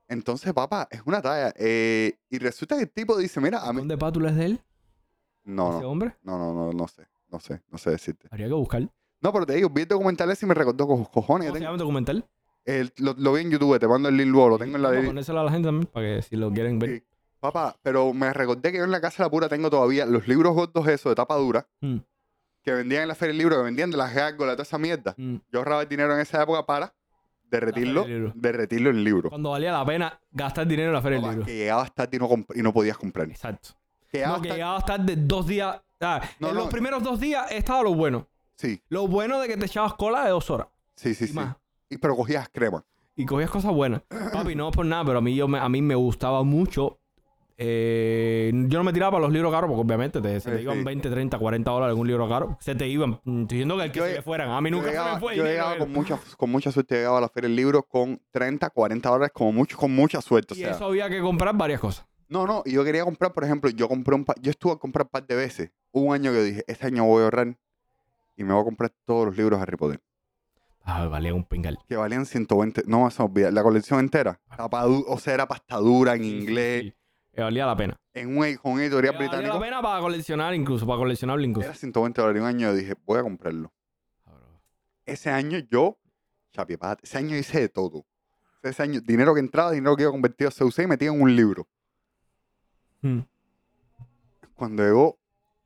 Speaker 2: Entonces, papá, es una talla. eh, y resulta que el tipo dice, mira, a mí...
Speaker 1: ¿Dónde pátula es de él?
Speaker 2: No,
Speaker 1: ¿Ese
Speaker 2: no,
Speaker 1: hombre?
Speaker 2: no, no, no, no sé, no sé, no sé decirte.
Speaker 1: Habría que buscar.
Speaker 2: No, pero te digo, vi el documental ese y me recordó con cojones.
Speaker 1: ¿Cómo
Speaker 2: yo
Speaker 1: se
Speaker 2: tengo-
Speaker 1: llama el documental?
Speaker 2: El- lo, lo vi en YouTube, te mando el link luego, lo tengo en la
Speaker 1: Vamos a
Speaker 2: de...
Speaker 1: ponérselo a la gente también, para que si lo quieren ver.
Speaker 2: Sí. Papá, pero me recordé que yo en la casa de la pura tengo todavía los libros gordos esos de tapa dura
Speaker 1: Mm,
Speaker 2: que vendían en la feria del libro, que vendían de las gárgolas, toda esa mierda.
Speaker 1: mm.
Speaker 2: Yo ahorraba el dinero en esa época para derretirlo,
Speaker 1: Feria del Libro.
Speaker 2: derretirlo en libro.
Speaker 1: Cuando valía la pena gastar dinero en la feria del
Speaker 2: Papá,
Speaker 1: libro.
Speaker 2: Que llegaba hasta ti y no, comp- y no podías comprar.
Speaker 1: Exacto.
Speaker 2: Llegaba
Speaker 1: No, que
Speaker 2: hasta-
Speaker 1: llegaba tarde dos días. ah,
Speaker 2: No,
Speaker 1: en
Speaker 2: no.
Speaker 1: los primeros dos días estaba lo bueno.
Speaker 2: Sí,
Speaker 1: Lo bueno de que te echabas cola de dos horas
Speaker 2: sí, sí,
Speaker 1: y
Speaker 2: sí.
Speaker 1: más.
Speaker 2: Y- pero cogías crema.
Speaker 1: Y cogías cosas buenas. Papi, no por nada, pero a mí, yo me, a mí me gustaba mucho. eh, yo no me tiraba para los libros caros porque obviamente te, se te
Speaker 2: Sí,
Speaker 1: iban
Speaker 2: sí.
Speaker 1: 20, 30, 40 dólares algún libro caro. Se te iban. Mm, Estoy diciendo que el que
Speaker 2: Yo
Speaker 1: se
Speaker 2: he-
Speaker 1: le fueran. A mí nunca
Speaker 2: yo
Speaker 1: se me
Speaker 2: llegaba,
Speaker 1: fue
Speaker 2: yo
Speaker 1: dinero,
Speaker 2: llegaba
Speaker 1: eh.
Speaker 2: con, mucha, con mucha suerte, llegaba a la feria del libro con 30, 40 dólares, como mucho, con mucha suerte. o
Speaker 1: Y
Speaker 2: sea.
Speaker 1: eso había que comprar varias cosas.
Speaker 2: No, no, y yo quería comprar, por ejemplo, yo compré un par, yo estuve a comprar un par de veces. Hubo Un año que dije, este año voy a ahorrar y me voy a comprar todos los libros de Harry Potter,
Speaker 1: Ah, valía un pingal.
Speaker 2: que valían 120, no vas a olvidar, la colección entera. Tapadu- o sea, era pastadura en inglés,
Speaker 1: Ah. Sí, sí, sí. Eh, valía la pena.
Speaker 2: en un con editorial
Speaker 1: Eh, valía la
Speaker 2: británico.
Speaker 1: pena para coleccionar incluso, para coleccionable incluso.
Speaker 2: Era 120 dólares. Un año yo dije, voy a comprarlo. Ese año yo, chapiapate, ese año hice de todo. Ese año, dinero que entraba, dinero que iba convertido a CUC y metía en un libro.
Speaker 1: Mm.
Speaker 2: cuando llegó,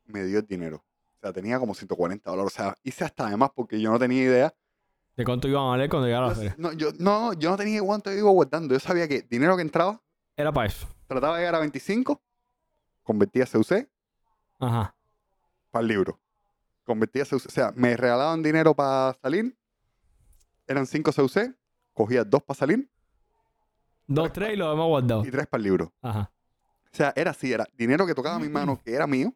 Speaker 2: me dio el dinero. O sea, tenía como 140 dólares. O sea, hice hasta además porque yo no tenía idea.
Speaker 1: ¿De cuánto iban a valer cuando llegara la
Speaker 2: Yo-
Speaker 1: feria?
Speaker 2: no, yo, no, yo no tenía idea cuánto iba guardando. Yo sabía que dinero que entraba,
Speaker 1: Era para eso.
Speaker 2: trataba de llegar a 25, convertía CUC
Speaker 1: Ajá.
Speaker 2: para el libro. Convertía CUC. O sea, me regalaban dinero para salir. Eran 5 CUC. Cogía 2 para salir
Speaker 1: Dos, tres y lo demás guardado.
Speaker 2: y 3 para el libro.
Speaker 1: Ajá.
Speaker 2: O sea, era así, era dinero que tocaba a mi mano, que era mío,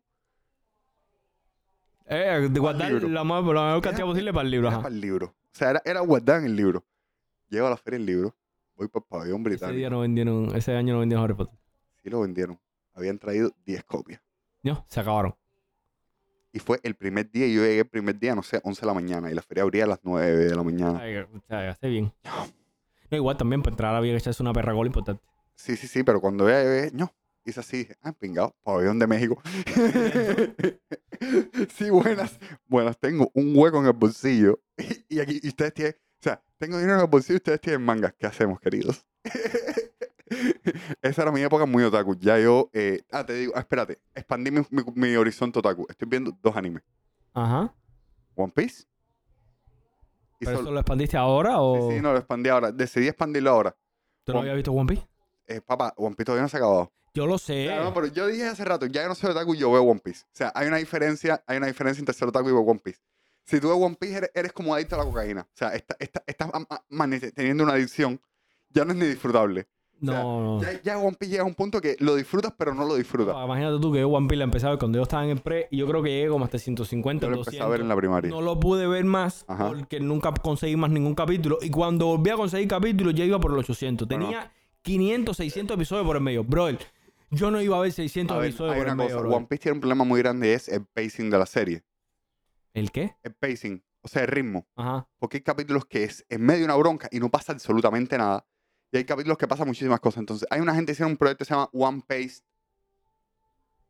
Speaker 1: Eh, de guardar
Speaker 2: libro.
Speaker 1: la, ma- la mayor cantidad
Speaker 2: Era-
Speaker 1: posible para el libro.
Speaker 2: era
Speaker 1: Ajá.
Speaker 2: para el libro. O sea, era, era guardar en el libro. Llego a la feria el libro, voy para el pabellón
Speaker 1: Ese
Speaker 2: británico.
Speaker 1: día no vendieron, ese año no vendieron Harry Potter.
Speaker 2: Sí lo vendieron. Habían traído 10 copias.
Speaker 1: No, se acabaron.
Speaker 2: Y fue el primer día, yo llegué el primer día, no sé, 11 de la mañana. Y la feria abría a las 9 de la mañana.
Speaker 1: Ay, que- o sea, gasté bien. No, igual también para entrar había que echarse una perra gol importante.
Speaker 2: Sí, sí, sí, pero cuando ya llegué, no. Hice así, dije, ah, pingado, pabellón de México. sí, buenas. Buenas, tengo un hueco en el bolsillo. Y aquí, y ustedes tienen, o sea, tengo dinero en el bolsillo y ustedes tienen mangas. ¿Qué hacemos, queridos? Esa era mi época muy otaku. Ya yo, eh, ah, te digo, ah, espérate, expandí mi, mi- mi horizonte otaku. Estoy viendo dos animes.
Speaker 1: Ajá.
Speaker 2: One Piece. Y
Speaker 1: ¿Pero
Speaker 2: solo-
Speaker 1: eso lo expandiste ahora o
Speaker 2: Sí, sí, no, lo expandí ahora. Decidí expandirlo ahora.
Speaker 1: tú no
Speaker 2: One-
Speaker 1: habías visto One Piece?
Speaker 2: Eh, papá, One Piece todavía no se ha acabado.
Speaker 1: Yo lo sé.
Speaker 2: Claro, no, pues, pero yo dije hace rato, ya yo no soy otaku y yo veo One Piece. O sea, hay una diferencia, hay una diferencia entre ser otaku y ver One Piece. Si tú ves One Piece, eres, eres como adicto a la cocaína. O sea, esta- esta- estás am- am- amane- teniendo una adicción. Ya no es ni disfrutable.
Speaker 1: no,
Speaker 2: sea,
Speaker 1: no.
Speaker 2: Ya, ya One Piece llega a un punto que lo disfrutas, pero no lo disfrutas.
Speaker 1: Ah, Imagínate tú que yo One Piece la empezaba cuando yo estaba en el pre y yo creo que llegué como hasta 150,
Speaker 2: Yo lo empecé
Speaker 1: 200.
Speaker 2: a ver en la primaria.
Speaker 1: No lo pude ver más
Speaker 2: Ajá.
Speaker 1: porque nunca conseguí más ningún capítulo. Y cuando volví a conseguir capítulos, ya iba por los 800.
Speaker 2: Bueno.
Speaker 1: Tenía 500, 600 episodios por el medio. Brother, yo no iba a ver 600
Speaker 2: a ver,
Speaker 1: episodios
Speaker 2: hay
Speaker 1: por el
Speaker 2: una
Speaker 1: medio,
Speaker 2: cosa.
Speaker 1: brother.
Speaker 2: One Piece tiene un problema muy grande, es el pacing de la serie.
Speaker 1: ¿El qué?
Speaker 2: El pacing, o sea, el ritmo.
Speaker 1: Ajá.
Speaker 2: Porque hay capítulos que es en medio de una bronca y no pasa absolutamente nada. Y hay capítulos que pasan muchísimas cosas. Entonces, hay una gente que hicieron un proyecto que se llama One Pace,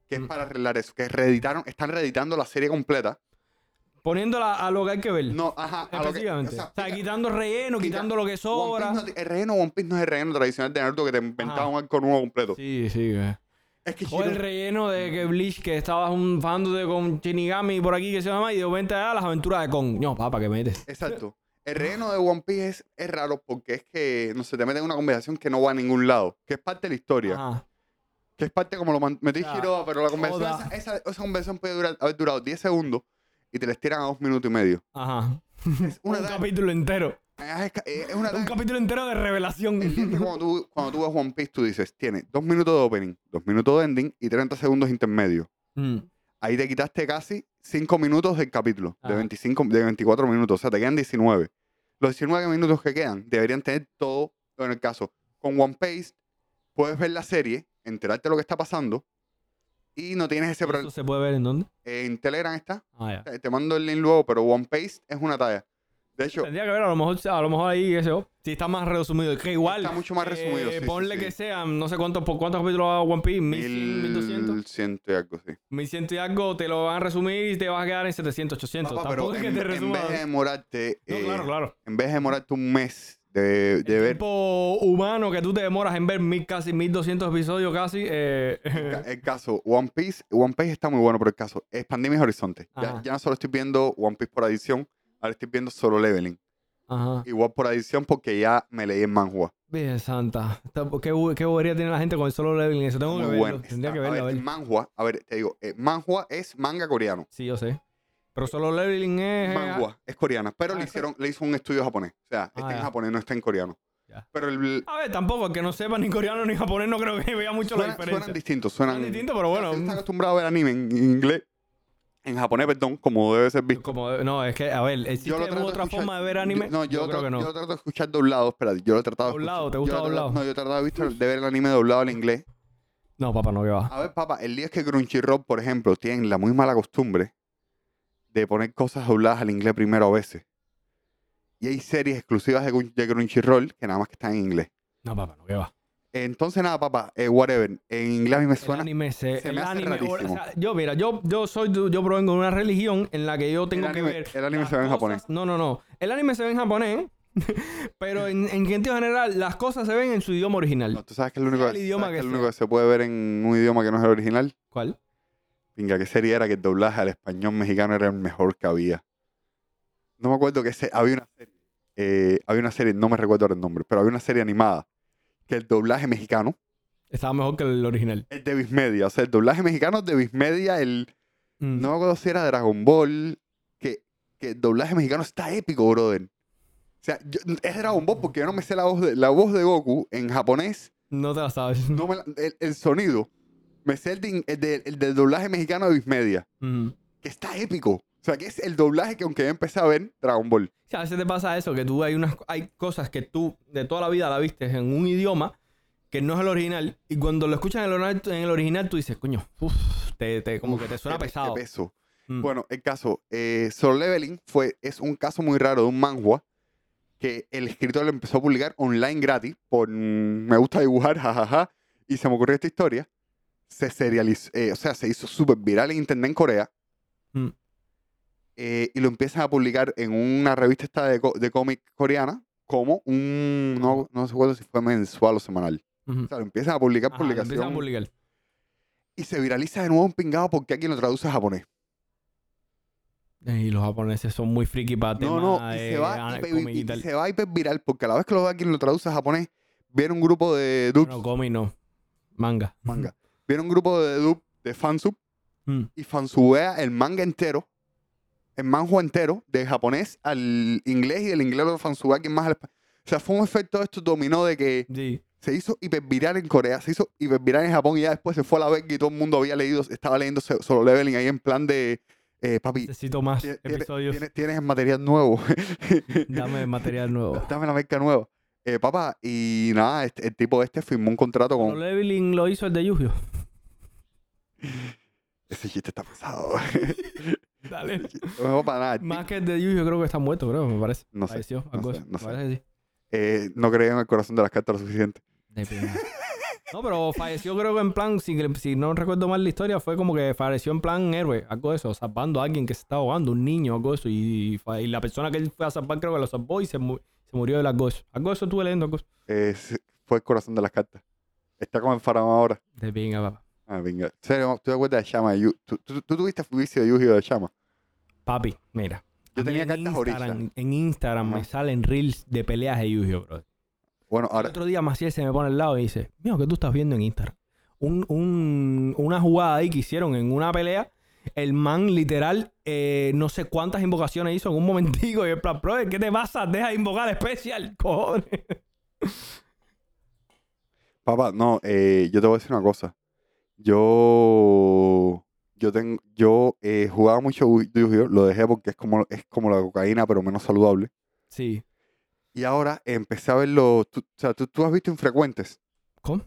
Speaker 2: que es
Speaker 1: Mm.
Speaker 2: para arreglar eso, que reeditaron, están reeditando la serie completa.
Speaker 1: Poniéndola a lo que hay que ver.
Speaker 2: No, ajá, a lo que- o
Speaker 1: Específicamente.
Speaker 2: sea,
Speaker 1: o sea, quitando relleno,
Speaker 2: quita-
Speaker 1: quitando lo que
Speaker 2: One Piece
Speaker 1: sobra.
Speaker 2: no- el relleno One Piece no es el relleno tradicional de Naruto que te inventaban
Speaker 1: Ajá.
Speaker 2: algo nuevo completo.
Speaker 1: Sí, sí, güey.
Speaker 2: Es que
Speaker 1: O el
Speaker 2: Shiro-
Speaker 1: relleno de que Bleach, que estabas un fándote con Shinigami por aquí, que se llama, y de repente a las aventuras de Kong. No, papá, que metes.
Speaker 2: Exacto. El relleno de One Piece es, es raro porque es que no se te mete en una conversación que no va a ningún lado, que es parte de la historia,
Speaker 1: Ajá.
Speaker 2: que es parte como lo man- metí
Speaker 1: Ya.
Speaker 2: Shiroda, pero la conversación,
Speaker 1: Oda.
Speaker 2: esa, esa, esa conversación puede durar, haber durado 10 segundos y te la estiran a 2 minutos y medio.
Speaker 1: Ajá.
Speaker 2: Es una
Speaker 1: un
Speaker 2: tarea-
Speaker 1: capítulo entero.
Speaker 2: es ca- es una
Speaker 1: Un
Speaker 2: tarea-
Speaker 1: capítulo entero de revelación.
Speaker 2: el día que cuando tú, cuando tú ves One Piece, tú dices, tiene 2 minutos de opening, 2 minutos de ending y 30 segundos intermedio.
Speaker 1: Mm.
Speaker 2: Ahí te quitaste casi 5 minutos del capítulo, de,
Speaker 1: Ajá.
Speaker 2: 25, de 24 minutos, o sea, te quedan 19. Los 19 minutos que quedan deberían tener todo, en el caso, con One Piece, puedes ver la serie, enterarte de lo que está pasando y no tienes ese
Speaker 1: ¿Eso
Speaker 2: problema.
Speaker 1: se puede ver en dónde?
Speaker 2: En Telegram está, Eh,
Speaker 1: Ah, ya.
Speaker 2: te te mando el link luego, pero One Piece es una talla. De hecho,
Speaker 1: Tendría que ver, a lo mejor, a lo mejor ahí eso. Si está más resumido, que igual. eh,
Speaker 2: Está mucho más resumido, sí, sí,
Speaker 1: ponle
Speaker 2: sí.
Speaker 1: que sean, no sé cuántos, por cuántos capítulos va One Piece, 1100, 1200.
Speaker 2: 1100 y algo, sí.
Speaker 1: 1100 y algo, te lo van a resumir y te vas a quedar en 700, 800.
Speaker 2: Papá,
Speaker 1: Tampoco
Speaker 2: pero
Speaker 1: es
Speaker 2: en,
Speaker 1: que te
Speaker 2: en
Speaker 1: resuma.
Speaker 2: vez de demorarte,
Speaker 1: No,
Speaker 2: eh,
Speaker 1: claro, claro.
Speaker 2: en vez de demorarte un mes de, de ver
Speaker 1: Tipo humano que tú te demoras en ver mil, casi 1200 episodios, casi. eh,
Speaker 2: Ca- El caso, One Piece, One Piece está muy bueno, pero el caso, expandí mis horizontes. Ya,
Speaker 1: Ajá.
Speaker 2: ya no solo estoy viendo One Piece por adición, ahora estoy viendo solo leveling.
Speaker 1: Ajá.
Speaker 2: Igual por adición porque ya me leí el manhua.
Speaker 1: Bien, santa. Está- ¿Qué, bu- qué bobería tiene la gente con el solo leveling? Eso tengo que
Speaker 2: Muy
Speaker 1: verlo.
Speaker 2: bueno.
Speaker 1: Tendría que
Speaker 2: Está-
Speaker 1: verlo, a
Speaker 2: a ver,
Speaker 1: ver.
Speaker 2: manhua, a ver, te digo, eh, manhua es manga coreano.
Speaker 1: Sí, yo sé. Pero solo leveling es. eh,
Speaker 2: Manhua es coreana, pero
Speaker 1: ah,
Speaker 2: le
Speaker 1: es
Speaker 2: hicieron, le hizo un estudio japonés. O sea, está
Speaker 1: Ah,
Speaker 2: en
Speaker 1: ya.
Speaker 2: japonés, no está en coreano.
Speaker 1: Ya.
Speaker 2: Pero el,
Speaker 1: A ver, tampoco, el que no sepa ni coreano ni japonés, no creo que vea mucho
Speaker 2: suena-
Speaker 1: la diferencia.
Speaker 2: suenan distintos, suenan.
Speaker 1: Son distintos, pero bueno. mm.
Speaker 2: Si está acostumbrado a ver anime en inglés, en japonés, perdón, como debe ser visto.
Speaker 1: Como, no, es que, a ver, ¿existe
Speaker 2: lo trato de
Speaker 1: otra
Speaker 2: escuchar-
Speaker 1: forma de ver anime?
Speaker 2: Yo- no, yo,
Speaker 1: creo
Speaker 2: tra-
Speaker 1: que no.
Speaker 2: yo trato de escuchar doblado, espérate, yo lo he tratado de
Speaker 1: Doblado,
Speaker 2: escuchar-
Speaker 1: ¿te gusta
Speaker 2: yo lo he tratado-
Speaker 1: doblado?
Speaker 2: No, yo he tratado de, visto- de ver el anime doblado al inglés.
Speaker 1: No, papá, no, que va.
Speaker 2: A ver, papá, el día es que Crunchyroll, por ejemplo, tienen la muy mala costumbre de poner cosas dobladas al inglés primero a veces. Y hay series exclusivas de, Crun- de Crunchyroll que nada más que están en inglés.
Speaker 1: No, papá, no, que va.
Speaker 2: Entonces, nada, papá, eh, whatever. En inglés a mí me
Speaker 1: El
Speaker 2: suena.
Speaker 1: anime se,
Speaker 2: se
Speaker 1: el
Speaker 2: me hace
Speaker 1: anime, o- o
Speaker 2: rarísimo.
Speaker 1: sea, yo, mira, yo, yo soy, de- yo provengo de una religión en la que yo tengo
Speaker 2: anime-
Speaker 1: que ver.
Speaker 2: el anime
Speaker 1: las
Speaker 2: se ve en
Speaker 1: cosas-
Speaker 2: japonés.
Speaker 1: No, no, no. El anime se ve en japonés, pero en, en sentido general, las cosas se ven en su idioma original.
Speaker 2: No, tú sabes que es lo único,
Speaker 1: el idioma
Speaker 2: sabes
Speaker 1: que
Speaker 2: que es lo
Speaker 1: sea.
Speaker 2: único que se puede ver en un idioma que no es el original.
Speaker 1: ¿Cuál?
Speaker 2: Venga, ¿qué serie era que el doblaje al español mexicano era el mejor que había? No me acuerdo que se, había una serie. eh, había una serie, no me recuerdo ahora el nombre, pero había una serie animada que el doblaje mexicano
Speaker 1: Estaba mejor que el original.
Speaker 2: es de Bismedia. O sea, el doblaje mexicano es de Bismedia. El,
Speaker 1: Mm.
Speaker 2: no me acuerdo si era Dragon Ball. Que, que el doblaje mexicano está épico, brother. O sea, yo- es Dragon Ball porque yo no me sé la voz de, la voz de Goku en japonés.
Speaker 1: No te la sabes.
Speaker 2: No me la- el, el sonido. Me sé el, de- el de- el del doblaje mexicano de Bismedia
Speaker 1: Mm.
Speaker 2: que está épico. O sea, que es el doblaje que aunque yo empecé a ver Dragon Ball.
Speaker 1: O sea, a veces te pasa eso, que tú hay unas hay cosas que tú de toda la vida la viste en un idioma que no es el original y cuando lo escuchas en el original, en el original tú dices, coño, uf, te, te- como que te suena
Speaker 2: Qué pe- qué
Speaker 1: pesado.
Speaker 2: peso.
Speaker 1: Mm.
Speaker 2: Bueno, el caso, eh, Solo Leveling fue, es un caso muy raro de un manhua que el escritor lo empezó a publicar online gratis por mm, me gusta dibujar, jajaja, y se me ocurrió esta historia. Se serializó, eh, o sea, se hizo súper viral en internet en Corea.
Speaker 1: Mm.
Speaker 2: Eh, y lo empiezan a publicar en una revista esta de, co- de cómic coreana como un, no, no sé cuándo si fue mensual o semanal.
Speaker 1: Ujú.
Speaker 2: O sea, lo empiezan a publicar
Speaker 1: Ajá, lo empiezan
Speaker 2: publicación.
Speaker 1: a publicar.
Speaker 2: y se viraliza de nuevo un pingado porque alguien lo traduce a japonés.
Speaker 1: Eh, Y los japoneses son muy friki para
Speaker 2: No,
Speaker 1: temas
Speaker 2: no, y
Speaker 1: de
Speaker 2: se va,
Speaker 1: ana-
Speaker 2: hiper,
Speaker 1: cómic y tal.
Speaker 2: se va hiperviral porque a la vez que lo ve alguien lo traduce a japonés, viene un grupo de dubs,
Speaker 1: No, cómic no. Manga.
Speaker 2: manga, viene un grupo de dubs, de fansub,
Speaker 1: Mm.
Speaker 2: y fansubea el manga entero, el manhua entero, de japonés al inglés y del inglés lo fansubea quien más al español. O sea, fue un efecto de esto dominó de que
Speaker 1: Sí.
Speaker 2: se hizo hiperviral en Corea, se hizo hiperviral en Japón y ya después se fue a la verga y todo el mundo había leído, estaba leyendo Solo Leveling ahí en plan de, eh, papi,
Speaker 1: Necesito más
Speaker 2: Tien- tiene-
Speaker 1: episodios.
Speaker 2: Tienes, tienes el material nuevo.
Speaker 1: Dame material nuevo.
Speaker 2: Dame la marca nueva. Eh, papá, y nada, este- el tipo este firmó un contrato
Speaker 1: Solo
Speaker 2: con...
Speaker 1: Leveling lo hizo el de Yu-Gi-Oh.
Speaker 2: Ese chiste está pesado.
Speaker 1: hospitales.
Speaker 2: No, para nada.
Speaker 1: Más que el de Yu, yo creo que está muerto, creo, me parece.
Speaker 2: No sé.
Speaker 1: Falleció,
Speaker 2: no
Speaker 1: algo
Speaker 2: sé,
Speaker 1: así.
Speaker 2: no sé.
Speaker 1: Parece que sí.
Speaker 2: Eh, no creía en el corazón de las cartas lo suficiente.
Speaker 1: De pinga. No, pero falleció creo que en plan, si, si no recuerdo mal la historia, fue como que falleció en plan héroe, algo de eso, salvando a alguien que se estaba ahogando, un niño, algo de eso, y, fa- y la persona que él fue a salvar creo que lo salvó y se, mu- se murió de las cosas. Algo de eso estuve leyendo, algo de eso.
Speaker 2: Eh, sí, fue el corazón de las cartas. Está como enfermo ahora.
Speaker 1: De pinga, papá.
Speaker 2: Ah, venga. En serio, ¿Tú te acuerdas de Shama? Yu- ¿Tú, tú, tú tuviste vicio de Yu-Gi-Oh! de Shama?
Speaker 1: Papi, mira. a
Speaker 2: Yo
Speaker 1: mí
Speaker 2: tenía
Speaker 1: en
Speaker 2: cartas
Speaker 1: Instagram-
Speaker 2: originales.
Speaker 1: En Instagram me
Speaker 2: Ajá.
Speaker 1: salen reels de peleas de Yu-Gi-Oh, bro.
Speaker 2: Bueno,
Speaker 1: El
Speaker 2: ahora,
Speaker 1: otro día Maciel se me pone al lado y dice, mío, ¿qué tú estás viendo en Instagram? Un, un- una jugada ahí que hicieron en una pelea. El man, literal, eh, no sé cuántas invocaciones hizo en un momentico. Y el plan, brother, ¿qué te pasa? Deja de invocar especial, cojones.
Speaker 2: papá, no, eh, yo te voy a decir una cosa. Yo, yo tengo, yo eh, jugaba mucho Yu- Yu-Gi-Oh! Lo dejé porque es como, es como la cocaína, pero menos saludable.
Speaker 1: Sí.
Speaker 2: Y ahora empecé a verlo. tú- o sea, tú, tú has visto Infrecuentes.
Speaker 1: ¿Cómo?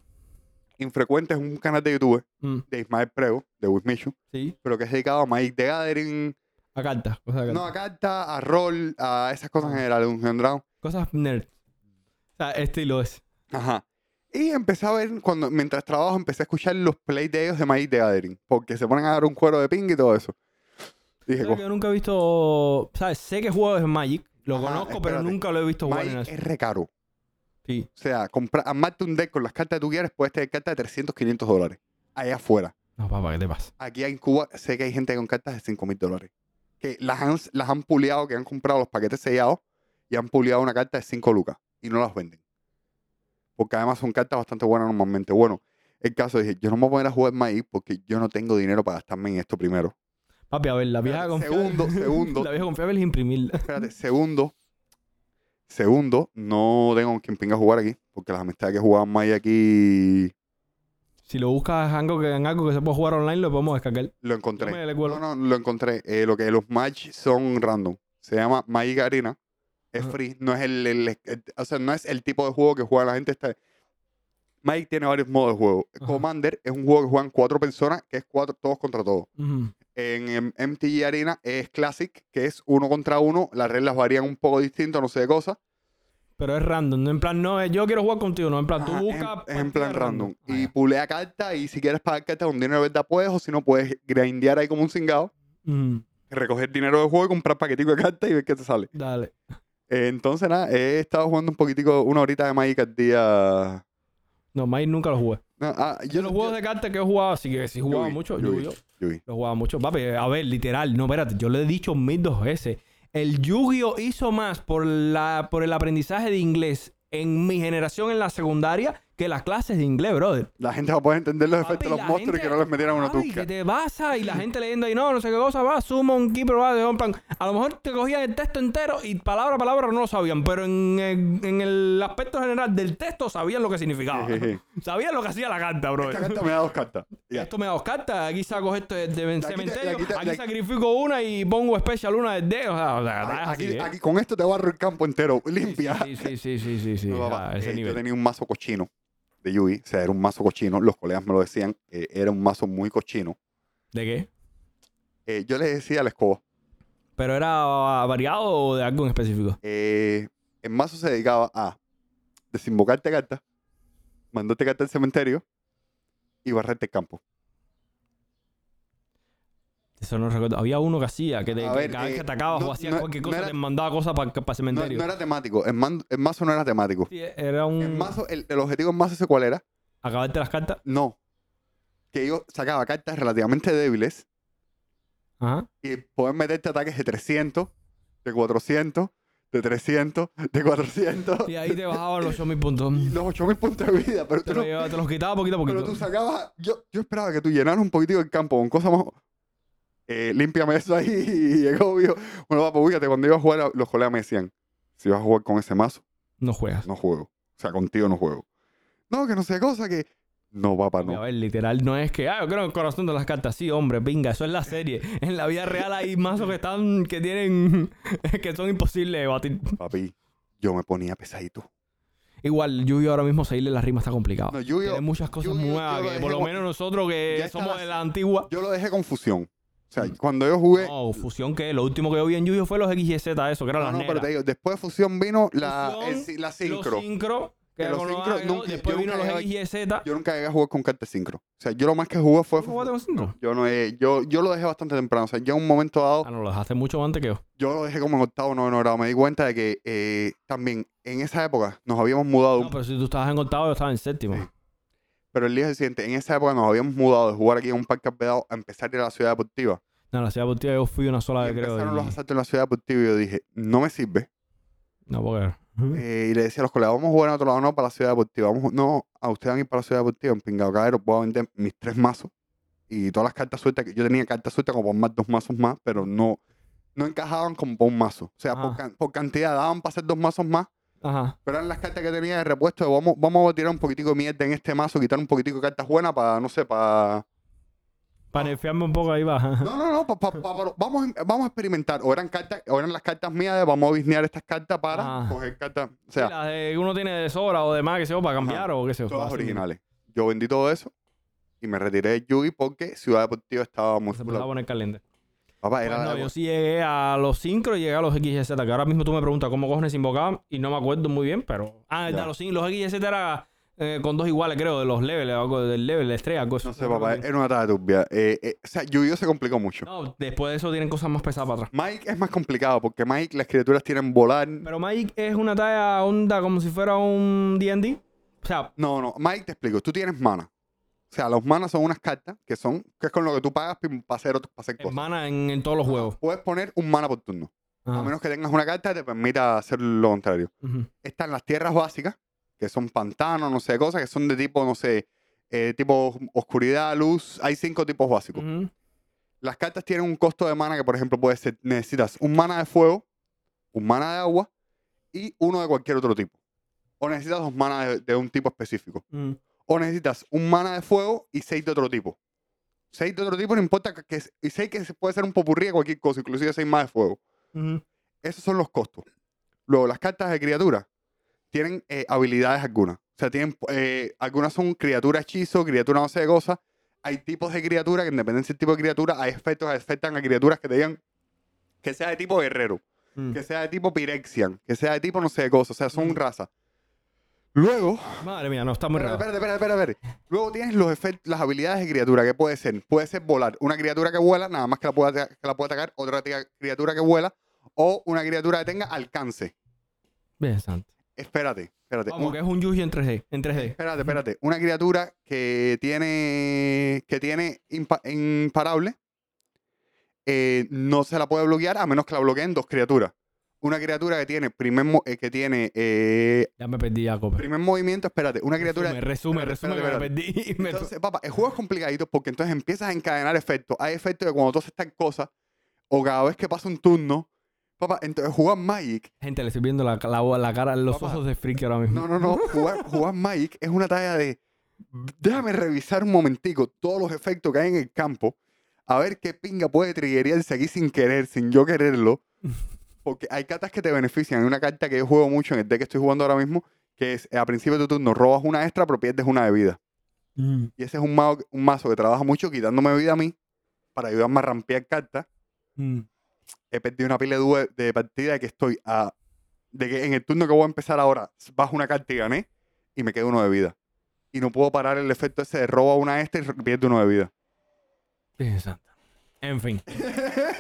Speaker 2: Infrecuentes es un canal de YouTube
Speaker 1: Mm,
Speaker 2: de Ismael Prego, de With Michu,
Speaker 1: sí.
Speaker 2: pero que es dedicado a Magic the Gathering,
Speaker 1: A cartas. Cosas, de
Speaker 2: no
Speaker 1: cartas.
Speaker 2: a cartas, a rol, a esas cosas en
Speaker 1: Ah.
Speaker 2: general, un general.
Speaker 1: Cosas nerd. O sea, este estilo es.
Speaker 2: Ajá. Y empecé a ver, cuando, mientras trabajo, empecé a escuchar los plays de ellos de Magic the Gathering. Porque se ponen a dar un cuero de ping y todo eso. Dije,
Speaker 1: ¿Sabes que Yo nunca he visto... ¿Sabes? Sé que juego es Magic. Lo
Speaker 2: Ajá,
Speaker 1: conozco, pero
Speaker 2: espérate.
Speaker 1: nunca lo he visto
Speaker 2: "Co,
Speaker 1: jugar en
Speaker 2: Magic
Speaker 1: eso.
Speaker 2: es re caro. O
Speaker 1: Sí.
Speaker 2: sea, comprar, armarte un deck con las cartas que tú quieres, puedes tener cartas de 300, 500 dólares. Allá afuera.
Speaker 1: No, papá, ¿qué te pasa?
Speaker 2: Aquí en Cuba sé que hay gente con cartas de 5 mil dólares. Que las han, las han puliado, que han comprado los paquetes sellados y han puliado una carta de 5 lucas y no las venden. Porque además son cartas bastante buenas normalmente. Bueno, el caso dije, yo no me voy a poner a jugar maíz porque yo no tengo dinero para gastarme en esto primero.
Speaker 1: Papi, a ver, la vieja
Speaker 2: Espérate,
Speaker 1: confiable...
Speaker 2: segundo, segundo.
Speaker 1: La vieja confiable es imprimirla.
Speaker 2: Espérate, segundo. Segundo, no tengo con quien pinga a jugar aquí. Porque las amistades que jugaban maíz aquí
Speaker 1: Si lo buscas algo que, en algo que se pueda jugar online, lo podemos descargar.
Speaker 2: lo
Speaker 1: Yo
Speaker 2: encontré.
Speaker 1: me le cuelo.
Speaker 2: No, no, lo encontré. Eh, lo que los match son random. Se llama Magic Arena. Es
Speaker 1: Ajá.
Speaker 2: free. No es el, el- el- o sea, no es el tipo de juego que juega la gente. Está... Magic tiene varios modos de juego.
Speaker 1: Ajá.
Speaker 2: Commander es un juego que juegan cuatro personas, que es cuatro, todos contra todos.
Speaker 1: Ujú.
Speaker 2: En em, MTG Arena es Classic, que es uno contra uno. Las reglas varían un poco distinto, no sé de cosas.
Speaker 1: Pero es random. no En plan, no es yo quiero jugar contigo. No, en plan, tú
Speaker 2: Ajá,
Speaker 1: buscas.
Speaker 2: en- es en plan
Speaker 1: partida
Speaker 2: random.
Speaker 1: Ah,
Speaker 2: Y
Speaker 1: ya.
Speaker 2: pulea cartas y si quieres pagar cartas con dinero de verdad puedes, o si no puedes grindear ahí como un cingado,
Speaker 1: Ujú.
Speaker 2: recoger dinero del juego y comprar paquetico de cartas y ver qué te sale.
Speaker 1: Dale.
Speaker 2: Eh, entonces, nada, he estado jugando un poquitico, una horita de Magic al día.
Speaker 1: No, Magic nunca lo jugué.
Speaker 2: No, ah, yo
Speaker 1: Yo los juegos de cartas que he jugado, así que si jugaba
Speaker 2: Yugi,
Speaker 1: mucho, yo,
Speaker 2: Yugi,
Speaker 1: yo
Speaker 2: Yugi.
Speaker 1: lo jugaba mucho. Papi, a ver, literal, no, espérate, yo lo he dicho mil dos veces. El Yu-Gi-Oh hizo más por, la, por el aprendizaje de inglés en mi generación en la secundaria que las clases de inglés, brother.
Speaker 2: La gente va a poder entender los efectos
Speaker 1: Papi,
Speaker 2: de los
Speaker 1: la
Speaker 2: monstruos y
Speaker 1: gente-
Speaker 2: que no les metieran una
Speaker 1: Ay, que
Speaker 2: tusca.
Speaker 1: te pasa y la gente leyendo ahí, no, no sé qué cosa, va, suma un key, pero va, de un plan. A lo mejor te cogían el texto entero y palabra a palabra no lo sabían, pero en el, en el aspecto general del texto sabían lo que significaba.
Speaker 2: Jejeje.
Speaker 1: sabían lo que hacía la carta, bro.
Speaker 2: Esta carta me da dos cartas. Ya.
Speaker 1: Esto me da dos cartas, aquí saco esto de, de
Speaker 2: te-
Speaker 1: cementerio,
Speaker 2: Eh, aquí
Speaker 1: aquí,
Speaker 2: te- de aquí-
Speaker 1: sacrifico una y pongo especial una del dedo. O sea, o sea,
Speaker 2: Ah,
Speaker 1: es así,
Speaker 2: Aquí,
Speaker 1: ¿eh?
Speaker 2: aquí con esto te barro el campo entero, limpia.
Speaker 1: Sí, sí, sí, sí, sí, sí.
Speaker 2: No,
Speaker 1: o
Speaker 2: papá,
Speaker 1: sea, ese
Speaker 2: eh, yo
Speaker 1: nivel.
Speaker 2: tenía un mazo cochino de Yugi, o sea, era un mazo cochino, los colegas me lo decían, eh, era un mazo muy cochino.
Speaker 1: ¿De qué?
Speaker 2: Eh, yo les decía a la escoba,
Speaker 1: ¿Pero era variado o de algo en específico?
Speaker 2: eh, el mazo se dedicaba a desembocarte cartas, mandarte cartas al cementerio y barrerte el campo.
Speaker 1: Eso no recuerdo. Había uno que hacía, que, te-
Speaker 2: A
Speaker 1: que
Speaker 2: ver,
Speaker 1: cada vez
Speaker 2: eh,
Speaker 1: que atacabas
Speaker 2: no-
Speaker 1: o hacías
Speaker 2: no-
Speaker 1: cualquier
Speaker 2: no
Speaker 1: cosa,
Speaker 2: era-
Speaker 1: te mandaba cosas para el
Speaker 2: No,
Speaker 1: cementerio. Mm.
Speaker 2: no era temático, el, man- el mazo no era temático.
Speaker 1: Sí, era
Speaker 2: El,
Speaker 1: un.
Speaker 2: mazo, el, el objetivo del mazo, ¿ese cuál era?
Speaker 1: Acabarte las cartas.
Speaker 2: No. Que yo sacaba cartas relativamente débiles
Speaker 1: Ajá.
Speaker 2: y poder meterte ataques de 300, de 400, de 300, de 400.
Speaker 1: Y ahí te bajaban los 8000 puntos.
Speaker 2: y los 8000 puntos de vida, pero tú,
Speaker 1: Te, lo
Speaker 2: no-
Speaker 1: llevaba- te los quitaba poquito a
Speaker 2: pero
Speaker 1: poquito.
Speaker 2: tú sacabas. Yo, yo esperaba que tú llenaras un poquitito el campo con cosas más. Eh, límpiame eso ahí y llegó, obvio. Bueno, papo, ubícate. Cuando iba a jugar, los colegas me decían: si vas a jugar con ese mazo,
Speaker 1: No juegas.
Speaker 2: no juego. O sea, contigo no juego. No, que no sea cosa que. No, papá,
Speaker 1: A
Speaker 2: no.
Speaker 1: ver, literal, no es que, ah, yo creo en el corazón de las cartas. Sí, hombre, venga, eso es la serie. En la vida real hay mazos que están, que tienen, que son imposibles de batir.
Speaker 2: Papi, yo me ponía pesadito.
Speaker 1: Igual, Yu-Gi-Oh! ahora mismo seguirle la rima está complicado.
Speaker 2: No, Yu-Gi-Oh!
Speaker 1: Tiene muchas cosas
Speaker 2: Yu-Gi-Oh! yo
Speaker 1: nuevas
Speaker 2: lo
Speaker 1: que, por
Speaker 2: dejé
Speaker 1: lo
Speaker 2: con-
Speaker 1: menos nosotros
Speaker 2: Ya
Speaker 1: que
Speaker 2: está
Speaker 1: somos
Speaker 2: la-
Speaker 1: de la antigua.
Speaker 2: Yo lo dejé confusión. O sea, cuando yo jugué.
Speaker 1: Mm. No, fusión que lo último que yo vi en Yu-Gi-Oh fue los XYZ, eso, que eran las
Speaker 2: No, no, pero
Speaker 1: negras.
Speaker 2: te digo, después de Fusión vino la,
Speaker 1: Fusión,
Speaker 2: el si- la
Speaker 1: Los
Speaker 2: sincro.
Speaker 1: sincro, que
Speaker 2: Que
Speaker 1: eran
Speaker 2: los
Speaker 1: con
Speaker 2: sincro
Speaker 1: águilas,
Speaker 2: nunca-
Speaker 1: después
Speaker 2: yo
Speaker 1: vino los
Speaker 2: nunca-
Speaker 1: XYZ.
Speaker 2: Yo nunca llegué a jugar con cartas sincro. O sea, yo lo más que jugué fue.
Speaker 1: ¿Cómo
Speaker 2: Fusión.
Speaker 1: te sincro?
Speaker 2: Yo, no, eh, yo, yo lo dejé bastante temprano. O sea, yo en un momento dado,
Speaker 1: Ah, no, lo dejaste mucho antes que yo.
Speaker 2: yo lo dejé como en octavo, noveno grado. Me di cuenta de que eh, también en esa época nos habíamos mudado.
Speaker 1: No, pero si tú estabas en octavo, yo estaba en séptimo.
Speaker 2: Sí. Pero el día siguiente, en esa época nos habíamos mudado de jugar aquí en un parque albergado a empezar a ir a la ciudad deportiva.
Speaker 1: No, en la ciudad deportiva yo fui una sola
Speaker 2: y
Speaker 1: vez, Ah, creo.
Speaker 2: empezaron
Speaker 1: y-
Speaker 2: los asaltos en la ciudad deportiva y yo dije, no me sirve.
Speaker 1: No, porque...
Speaker 2: Eh, y le decía a los colegas, vamos a jugar en otro lado, no, para la ciudad deportiva. Vamos, no, a ustedes van a ir para la ciudad deportiva. En Pingado Cadero puedo vender mis tres mazos y todas las cartas sueltas. que Yo tenía cartas sueltas como por más dos mazos más, pero no, no encajaban como por un mazo. O sea, por,
Speaker 1: Ajá.
Speaker 2: can- por cantidad daban para hacer dos mazos más,
Speaker 1: Ajá.
Speaker 2: pero eran las cartas que tenía de repuesto. de vamos, vamos a tirar un poquitico de mierda en este mazo, quitar un poquitico de cartas buenas para, no sé, para...
Speaker 1: Para enfiarme un poco ahí baja.
Speaker 2: No, no, no, pa- pa- pa- pa- vamos, a- em, vamos a experimentar. O eran, cartas, o eran las cartas mías de vamos a bisnear estas cartas para
Speaker 1: Ah.
Speaker 2: coger cartas. O sea,
Speaker 1: Las de uno tiene de sobra o de más, que sé yo, para cambiar o qué sé yo.
Speaker 2: todas
Speaker 1: Así.
Speaker 2: originales. Yo vendí todo eso y me retiré de Yugi porque Ciudad Deportiva estaba muy
Speaker 1: Se empezaba a
Speaker 2: popular.
Speaker 1: poner caliente.
Speaker 2: Papá, era
Speaker 1: Pues no,
Speaker 2: la
Speaker 1: yo
Speaker 2: época-
Speaker 1: sí llegué a los sincro y llegué a los XYZ, que ahora mismo tú me preguntas cómo cojones se invocaban y no me acuerdo muy bien, pero... Ah,
Speaker 2: Ya.
Speaker 1: los, sin- los XYZ era eh, con dos iguales, creo, de los levels, o algo, del level, de estrella, algo así.
Speaker 2: No sé, papá, era una tarde turbia. Eh, eh, o sea, Yu-Gi-Oh se complicó mucho.
Speaker 1: No, después de eso tienen cosas más pesadas para atrás.
Speaker 2: Mike es más complicado porque Mike las criaturas tienen volar.
Speaker 1: Pero Magic es una talla onda como si fuera un D&D. O sea,
Speaker 2: No, no, Mike te explico. Tú tienes mana. O sea, los manas son unas cartas que son que es con lo que tú pagas pim, para hacer, otro- para hacer cosas.
Speaker 1: hermana en, en todos los juegos.
Speaker 2: Puedes poner un mana por turno.
Speaker 1: Ajá.
Speaker 2: A menos que tengas una carta que te permita hacer lo contrario.
Speaker 1: Ujú.
Speaker 2: Están las tierras básicas, que son pantanos, no sé, cosas que son de tipo, no sé, eh, tipo oscuridad, luz. Hay cinco tipos básicos.
Speaker 1: Ujú.
Speaker 2: Las cartas tienen un costo de mana que, por ejemplo, puede ser, necesitas un mana de fuego, un mana de agua y uno de cualquier otro tipo. O necesitas dos manas de, de un tipo específico.
Speaker 1: Mm.
Speaker 2: O necesitas un mana de fuego y seis de otro tipo. Seis de otro tipo no importa que- que... Y seis que se puede ser un popurrí de cualquier cosa, inclusive seis más de fuego.
Speaker 1: Ujú.
Speaker 2: Esos son los costos. Luego, las cartas de criatura tienen eh, habilidades algunas. O sea, tienen, eh, algunas son criatura hechizo, criatura no sé de cosas. Hay tipos de criatura que, independientemente del tipo de criatura, hay efectos que afectan a criaturas que te digan que sea de tipo guerrero,
Speaker 1: Mm.
Speaker 2: que sea de tipo pirexian, que sea de tipo no sé de cosas. O sea, son
Speaker 1: Ujú.
Speaker 2: razas. Luego,
Speaker 1: Madre mía, no, está muy
Speaker 2: espérate,
Speaker 1: raro.
Speaker 2: espérate, espérate, espérate, espérate. Luego tienes los efect- las habilidades de criatura. que puede ser? Puede ser volar. Una criatura que vuela, nada más que la pueda, ata- que la pueda atacar. Otra tia- criatura que vuela. O una criatura que tenga alcance.
Speaker 1: Bien, santo.
Speaker 2: Espérate, espérate.
Speaker 1: Como
Speaker 2: un-
Speaker 1: que es un Yuji en 3D. En 3D.
Speaker 2: Espérate, espérate. Una criatura que tiene que tiene impa- imparable eh, no se la puede bloquear a menos que la bloqueen dos criaturas. Una criatura que tiene primer mo- eh, que tiene eh,
Speaker 1: Ya me perdí, Jacob.
Speaker 2: primer movimiento, espérate, una criatura
Speaker 1: Resume, resume, resume
Speaker 2: Espérate,
Speaker 1: que
Speaker 2: espérate,
Speaker 1: me perdí. Me-
Speaker 2: entonces, papá, el juego es complicadito porque entonces empiezas a encadenar efectos. Hay efectos de cuando tú haces tal cosa o cada vez que pasa un turno, papá, entonces jugar Magic
Speaker 1: Gente, le estoy viendo la, la, la cara, los
Speaker 2: Papá.
Speaker 1: ojos de Freaky ahora mismo.
Speaker 2: No, no, no. Jugar, jugar Magic es una talla de. Déjame revisar un momentico todos los efectos que hay en el campo. A ver qué pinga puede triggerearse aquí sin querer, sin yo quererlo. Porque hay cartas que te benefician. Hay una carta que yo juego mucho en el deck que estoy jugando ahora mismo, que es eh, a principio de tu turno robas una extra, pero pierdes una de vida.
Speaker 1: Mm.
Speaker 2: Y ese es un, mago- un mazo que trabaja mucho quitándome vida a mí para ayudarme a rampear cartas.
Speaker 1: Mm.
Speaker 2: He perdido una pila de, due- de partida que estoy a. de que en el turno que voy a empezar ahora bajo una carta y gané y me quedo uno de vida. Y no puedo parar el efecto ese de robo a una esta y pierdo uno de vida.
Speaker 1: Bien, santo. En fin.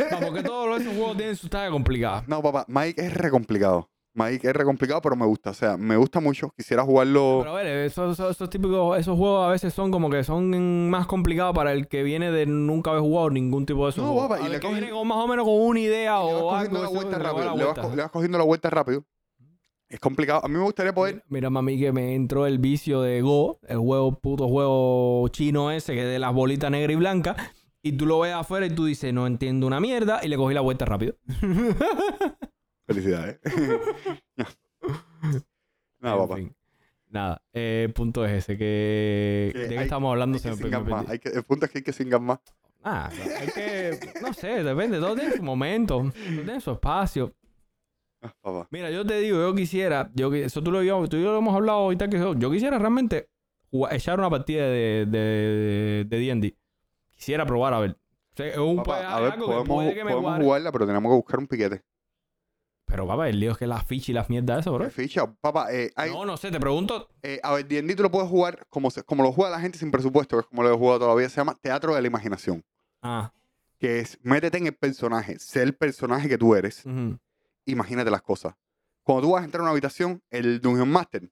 Speaker 1: No, porque todos esos juegos tienen su talla complicada.
Speaker 2: No, papá, Mike es re complicado. Mike es re complicado, pero me gusta. O sea, me gusta mucho. Quisiera jugarlo.
Speaker 1: Pero a ver, esos, esos- esos típicos, esos juegos a veces son como que son más complicados para el que viene de nunca haber jugado ningún tipo de esos
Speaker 2: No,
Speaker 1: juegos.
Speaker 2: guapa, y
Speaker 1: Al
Speaker 2: le
Speaker 1: que
Speaker 2: cogen-
Speaker 1: viene con más o menos con una idea
Speaker 2: le vas
Speaker 1: o
Speaker 2: cogiendo
Speaker 1: algo.
Speaker 2: la
Speaker 1: eso,
Speaker 2: vuelta
Speaker 1: le va
Speaker 2: rápido.
Speaker 1: la
Speaker 2: Le vas,
Speaker 1: vuelta.
Speaker 2: co- le vas cogiendo la vuelta rápido. Es complicado. A mí me gustaría poder.
Speaker 1: Mira, mira, mami, que me entró el vicio de Go, el juego, puto juego chino ese, que es de las bolitas negras y blancas. Y tú lo ves afuera y tú dices, no entiendo una mierda, y le cogí la vuelta rápido.
Speaker 2: Felicidades. no,
Speaker 1: En
Speaker 2: Ah, papá.
Speaker 1: fin. Nada, eh, el punto es ese, que...
Speaker 2: Que
Speaker 1: ¿De qué
Speaker 2: hay-
Speaker 1: estamos hablando?
Speaker 2: Hay
Speaker 1: Se
Speaker 2: que
Speaker 1: me,
Speaker 2: singar
Speaker 1: me
Speaker 2: más.
Speaker 1: perdí.
Speaker 2: Hay que- el punto es que hay que singar más.
Speaker 1: Ah, hay que... No sé, depende, todo tiene su momento, todo tiene su espacio.
Speaker 2: Ah, papá.
Speaker 1: Mira, yo te digo, yo quisiera, yo, qui- eso tú, lo, yo, tú y yo lo hemos hablado ahorita, que yo, yo quisiera realmente jugar- echar una partida de D&D. De, de D&D. quisiera probar, a ver. sea, es un
Speaker 2: Papá,
Speaker 1: pe-
Speaker 2: a ver,
Speaker 1: algo que
Speaker 2: podemos,
Speaker 1: puede que me
Speaker 2: podemos
Speaker 1: guarde.
Speaker 2: jugarla, pero tenemos que buscar un piquete.
Speaker 1: Pero papá, el lío es que la ficha y las mierdas eso, bro.
Speaker 2: ¿Qué Ficha, papá, eh, hay-
Speaker 1: No, no sé, te pregunto.
Speaker 2: eh, a ver, D&D tú lo puedes jugar como, se- como lo juega la gente sin presupuesto, que es como lo he jugado todavía, se llama Teatro de la Imaginación,
Speaker 1: Ah,
Speaker 2: que es métete en el personaje, sé el personaje que tú eres,
Speaker 1: ujú.
Speaker 2: imagínate las cosas. Cuando tú vas a entrar a una habitación, el Dungeon Master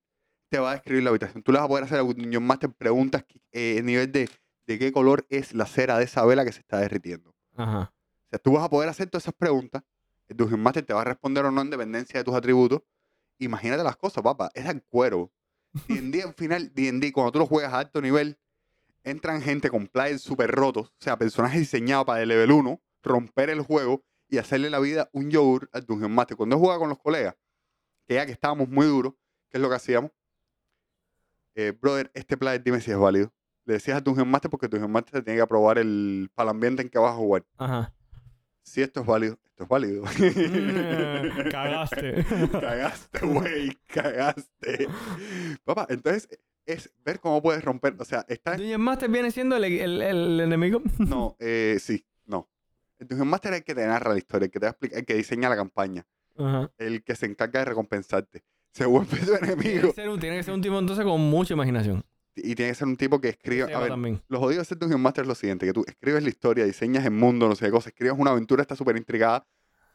Speaker 2: te va a describir la habitación. Tú le vas a poder hacer al Dungeon Master preguntas eh, a nivel de, de qué color es la cera de esa vela que se está derritiendo.
Speaker 1: ajá.
Speaker 2: O sea, tú vas a poder hacer todas esas preguntas. El Dungeon Master te va a responder o no en dependencia de tus atributos. Imagínate las cosas, papá. Es al cuero. D&D al final, D&D, cuando tú lo juegas a alto nivel, entran gente con players súper rotos. O sea, personajes diseñados para el level 1, romper el juego y hacerle la vida un yogur al Dungeon Master. Cuando yo jugaba con los colegas, que ya que estábamos muy duros, ¿qué es lo que hacíamos? Eh, brother, este player dime si es válido. Le decías al Dungeon Master porque el Dungeon Master te tiene que aprobar el para el ambiente en que vas a jugar
Speaker 1: Ajá.
Speaker 2: si esto es válido, esto es válido.
Speaker 1: Mm,
Speaker 2: ¿Eh?
Speaker 1: Cagaste.
Speaker 2: cagaste, güey, cagaste. Papá, entonces es ver cómo puedes romper, o sea, está
Speaker 1: Dungeon Master viene siendo el, el- el enemigo.
Speaker 2: no, eh, sí, no. El Dungeon Master es el que te narra la historia, el que te va a explicar, el que diseña la campaña,
Speaker 1: Ajá.
Speaker 2: el que se encarga de recompensarte. Se vuelve tu
Speaker 1: Tiene
Speaker 2: enemigo
Speaker 1: que, ser un, tiene que ser un tipo entonces con mucha imaginación.
Speaker 2: y tiene que ser un tipo que escriba,
Speaker 1: Seba
Speaker 2: a ver,
Speaker 1: también.
Speaker 2: Los jodidos de ser Dungeon Master es lo siguiente, que tú escribes la historia, diseñas el mundo, no sé qué cosa, escribes una aventura, está súper intrigada,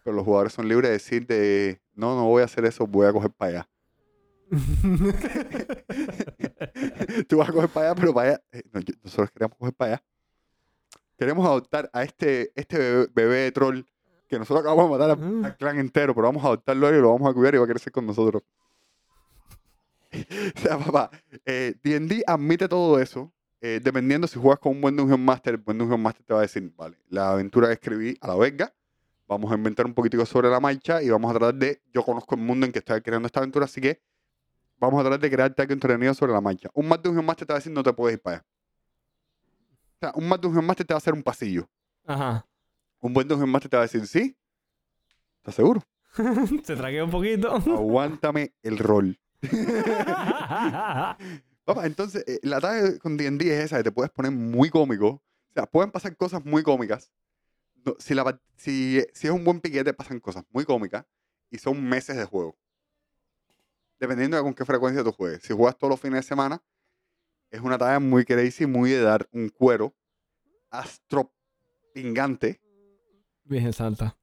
Speaker 2: pero los jugadores son libres de decir de, no, no voy a hacer eso, voy a coger para allá. tú vas a coger para allá, pero para allá, eh, no, yo- nosotros queremos coger para allá. Queremos adoptar a este, este bebé, bebé de troll que nosotros acabamos de matar a-
Speaker 1: Mm.
Speaker 2: al clan entero, pero vamos a adoptarlo a él y lo vamos a cuidar y va a crecer con nosotros. o sea, papá, eh, D&D admite todo eso, eh, dependiendo si juegas con un buen Dungeon Master, el buen Dungeon Master te va a decir, vale, la aventura que escribí a la verga, vamos a inventar un poquitico sobre la marcha y vamos a tratar de, yo conozco el mundo en que estoy creando esta aventura, así que vamos a tratar de crear algo entretenido sobre la marcha. Un más Dungeon Master te va a decir, no te puedes ir para allá. O sea, un más Dungeon Master te va a hacer un pasillo.
Speaker 1: Ajá.
Speaker 2: Un buen Dungeon Master te va a decir, sí, ¿estás seguro?
Speaker 1: Se traquea un poquito.
Speaker 2: Aguántame el rol. Papá, entonces, eh, la tarea con D&D es esa, que te puedes poner muy cómico. O sea, pueden pasar cosas muy cómicas. No, si, la, pa- si, si es un buen piquete, pasan cosas muy cómicas y son meses de juego. Dependiendo de con qué frecuencia tú juegues. Si juegas todos los fines de semana, es una tarea muy crazy, muy de dar un cuero astropingante.
Speaker 1: Virgen Santa.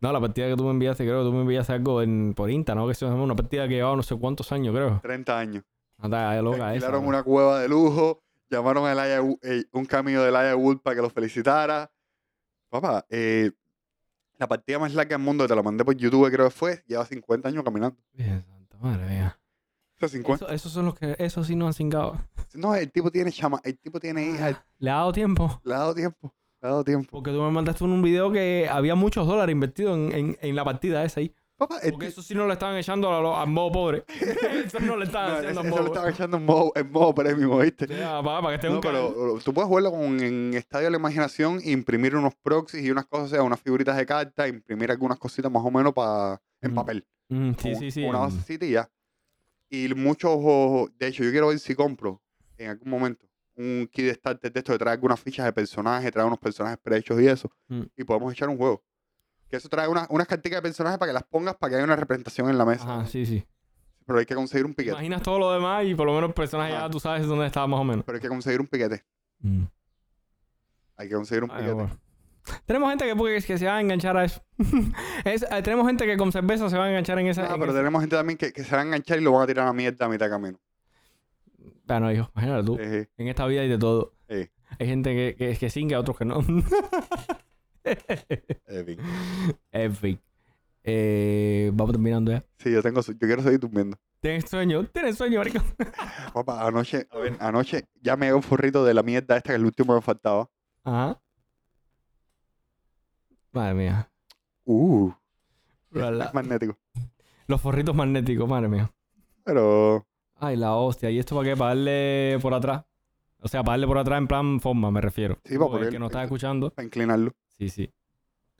Speaker 1: No, la partida que tú me enviaste, creo que tú me enviaste algo en, por Insta, ¿no? Que eso es una partida que llevaba no sé cuántos años, creo.
Speaker 2: 30 años.
Speaker 1: No está
Speaker 2: Se
Speaker 1: loca esa.
Speaker 2: alquilaron
Speaker 1: bro.
Speaker 2: una cueva de lujo, llamaron a Elijah Wo- eh, un camino de Elijah Wood para que los felicitara. Papá, eh, la partida más larga del mundo, te la mandé por YouTube, creo que fue, lleva 50 años caminando.
Speaker 1: Virgen Santa, madre mía.
Speaker 2: O sea, 50.
Speaker 1: Eso- esos son los que, esos sí no han cingado.
Speaker 2: No, el tipo tiene chama, el tipo tiene hija, el-
Speaker 1: Le ha dado tiempo.
Speaker 2: le ha dado tiempo, le ha dado tiempo.
Speaker 1: Porque tú me mandaste un video que había muchos dólares invertidos en, en- en la partida esa ahí.
Speaker 2: Papá, el
Speaker 1: Porque
Speaker 2: ti-
Speaker 1: eso sí no le estaban echando a, los- a modo pobre. eso no le estaban
Speaker 2: Este-
Speaker 1: haciendo a
Speaker 2: no, ese-
Speaker 1: modo
Speaker 2: ese lo
Speaker 1: pobre.
Speaker 2: estaba echando en modo, en modo premium, ¿viste?
Speaker 1: Ya, papá, para que esté
Speaker 2: No,
Speaker 1: un
Speaker 2: pero
Speaker 1: pero...
Speaker 2: o- tú puedes jugarlo con, en Estadio de la Imaginación, imprimir unos proxies y unas cosas, o sea, unas figuritas de carta, imprimir algunas cositas más o menos para en
Speaker 1: Ujú.
Speaker 2: papel.
Speaker 1: sí,
Speaker 2: con-
Speaker 1: Mm, sí, sí.
Speaker 2: con Una
Speaker 1: en-
Speaker 2: basecita y ya. Y muchos, ojo, de hecho, yo quiero ver si compro en algún momento un kit de starter de esto que trae algunas fichas de personajes, trae unos personajes prehechos y eso.
Speaker 1: Mm.
Speaker 2: Y podemos echar un juego. Que eso trae una- unas carticas de personajes para que las pongas para que haya una representación en la mesa.
Speaker 1: Ajá, sí, sí.
Speaker 2: Pero hay que conseguir un
Speaker 1: Te
Speaker 2: piquete.
Speaker 1: Imaginas todo lo demás y por lo menos el personaje
Speaker 2: Ajá.
Speaker 1: ya tú sabes dónde está más o menos.
Speaker 2: Pero hay que conseguir un piquete. Hay que conseguir un
Speaker 1: Ay,
Speaker 2: piquete.
Speaker 1: bueno. Tenemos gente que, porque es que se va a enganchar a eso. Es- eh, tenemos gente que con cerveza se va a enganchar en esa.
Speaker 2: Ah,
Speaker 1: en
Speaker 2: pero
Speaker 1: esa-
Speaker 2: tenemos gente también que, que se va a enganchar y lo van a tirar a la mierda a mitad de camino. Eh,
Speaker 1: Ah, no, hijo, imagínate tú.
Speaker 2: Ejé.
Speaker 1: En esta vida hay de todo.
Speaker 2: Sí.
Speaker 1: Hay gente que, que, que singa, otros que no.
Speaker 2: En fin.
Speaker 1: en fin. Eh, vamos terminando ya.
Speaker 2: Sí, yo tengo, su- yo quiero seguir durmiendo.
Speaker 1: ¿Tienes sueño? ¿Tienes sueño, marico?
Speaker 2: Papá, anoche, a ver, anoche ya me dio un forrito de la mierda esta que es el último que me faltaba.
Speaker 1: Ajá. Madre mía.
Speaker 2: Uh,
Speaker 1: La- la-
Speaker 2: es magnético.
Speaker 1: los forritos magnéticos, madre mía.
Speaker 2: Pero
Speaker 1: Ay, la hostia. ¿Y esto para qué? ¿Para darle por atrás? O sea, para darle por atrás en plan forma, me refiero.
Speaker 2: Sí, para
Speaker 1: Porque el
Speaker 2: poner-
Speaker 1: que no está escuchando.
Speaker 2: para inclinarlo.
Speaker 1: Sí, sí.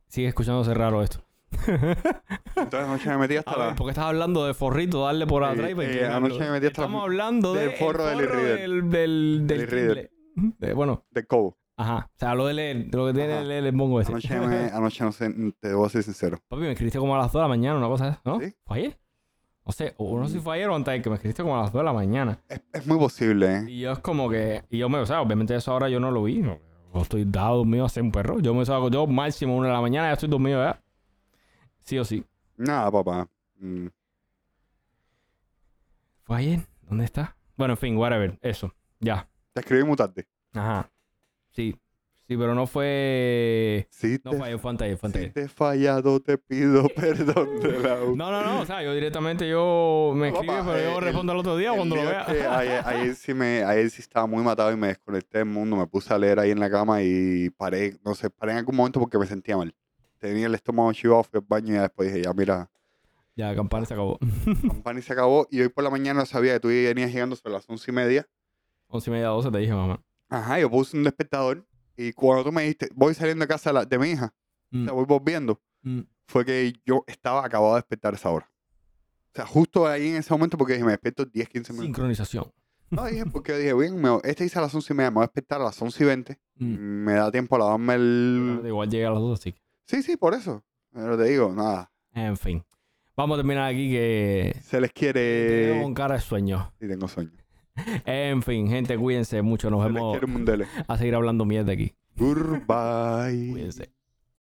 Speaker 1: Sigue escuchándose raro esto.
Speaker 2: Entonces anoche me metí hasta
Speaker 1: A ver,
Speaker 2: la...
Speaker 1: porque estás hablando de forrito, darle por
Speaker 2: Sí,
Speaker 1: atrás y pues, para
Speaker 2: eh,
Speaker 1: inclinarlo.
Speaker 2: anoche me metí hasta la-
Speaker 1: Estamos hablando
Speaker 2: del
Speaker 1: de
Speaker 2: forro del
Speaker 1: forro
Speaker 2: Irrider.
Speaker 1: del, del, del
Speaker 2: Del Irrider.
Speaker 1: timbre. De- bueno,
Speaker 2: del cobo.
Speaker 1: Ajá. O sea, lo de leer, de lo que tiene
Speaker 2: Ajá.
Speaker 1: el, el mongo ese.
Speaker 2: Anoche, me- anoche no sé, te debo ser sincero.
Speaker 1: Papi, me escribiste como a las 2 de la mañana, una cosa, ¿no?
Speaker 2: Sí.
Speaker 1: ¿Fue ayer? No sé, o no sé si fue ayer o antes de que me escribiste como a las 2 de la mañana.
Speaker 2: Es, es muy posible, ¿eh?
Speaker 1: Y yo es como que, y yo me, o sea, obviamente eso ahora yo no lo vi. No, yo estoy dado dormido a ser un perro. Yo me salgo yo máximo una de la mañana, ya estoy dormido ya. Sí o sí.
Speaker 2: Nada, papá. Mm,
Speaker 1: ¿Fue ayer? ¿Dónde está? Bueno, en fin, whatever. Eso. Ya.
Speaker 2: Te escribí muy tarde.
Speaker 1: Ajá. Sí. Sí, pero no fue.
Speaker 2: Si
Speaker 1: No
Speaker 2: te,
Speaker 1: fue ayer, fue antes de ayer, fue antes de
Speaker 2: si
Speaker 1: ayer.
Speaker 2: te he fallado, te pido perdón de la U.
Speaker 1: No, no, no. O sea, yo directamente yo me
Speaker 2: No,
Speaker 1: escribe,
Speaker 2: papá,
Speaker 1: pero yo
Speaker 2: el-
Speaker 1: respondo al otro día
Speaker 2: El
Speaker 1: cuando lo
Speaker 2: mío
Speaker 1: vea.
Speaker 2: es que ayer, ayer sí me, ayer sí estaba muy matado y me desconecté del mundo. Me puse a leer ahí en la cama y paré, no sé, paré en algún momento porque me sentía mal. Tenía el estómago chivado, fui al baño y ya después dije, ya mira,
Speaker 1: Ya, la campana se acabó.
Speaker 2: campana y se acabó. Y hoy por la mañana sabía que tú venías llegando sobre las once y media.
Speaker 1: Once y media, doce, te dije, mamá.
Speaker 2: Ajá, yo puse un despertador y cuando tú me dijiste, voy saliendo de casa de la- de mi hija,
Speaker 1: Mm,
Speaker 2: te voy volviendo,
Speaker 1: mm.
Speaker 2: fue que yo estaba acabado de despertar a esa hora. O sea, justo ahí en ese momento porque dije, me despierto 10, 15 minutos.
Speaker 1: Sincronización.
Speaker 2: No, dije, porque dije, bien, me, este hice a las 11 y media, me voy a despertar a las 11 y 20.
Speaker 1: Mm.
Speaker 2: Me da tiempo a lavarme el...
Speaker 1: Igual llegué a las dos, así que.
Speaker 2: Sí, sí, por eso. Pero te digo, nada.
Speaker 1: En fin. Vamos a terminar aquí que.
Speaker 2: Se les
Speaker 1: te veo
Speaker 2: quiere...
Speaker 1: con cara de sueño.
Speaker 2: Y tengo sueño.
Speaker 1: En fin, gente, cuídense mucho. Nos
Speaker 2: Se les
Speaker 1: vemos
Speaker 2: quiere un mundele.
Speaker 1: a seguir hablando mierda aquí.
Speaker 2: Goodbye.
Speaker 1: Cuídense.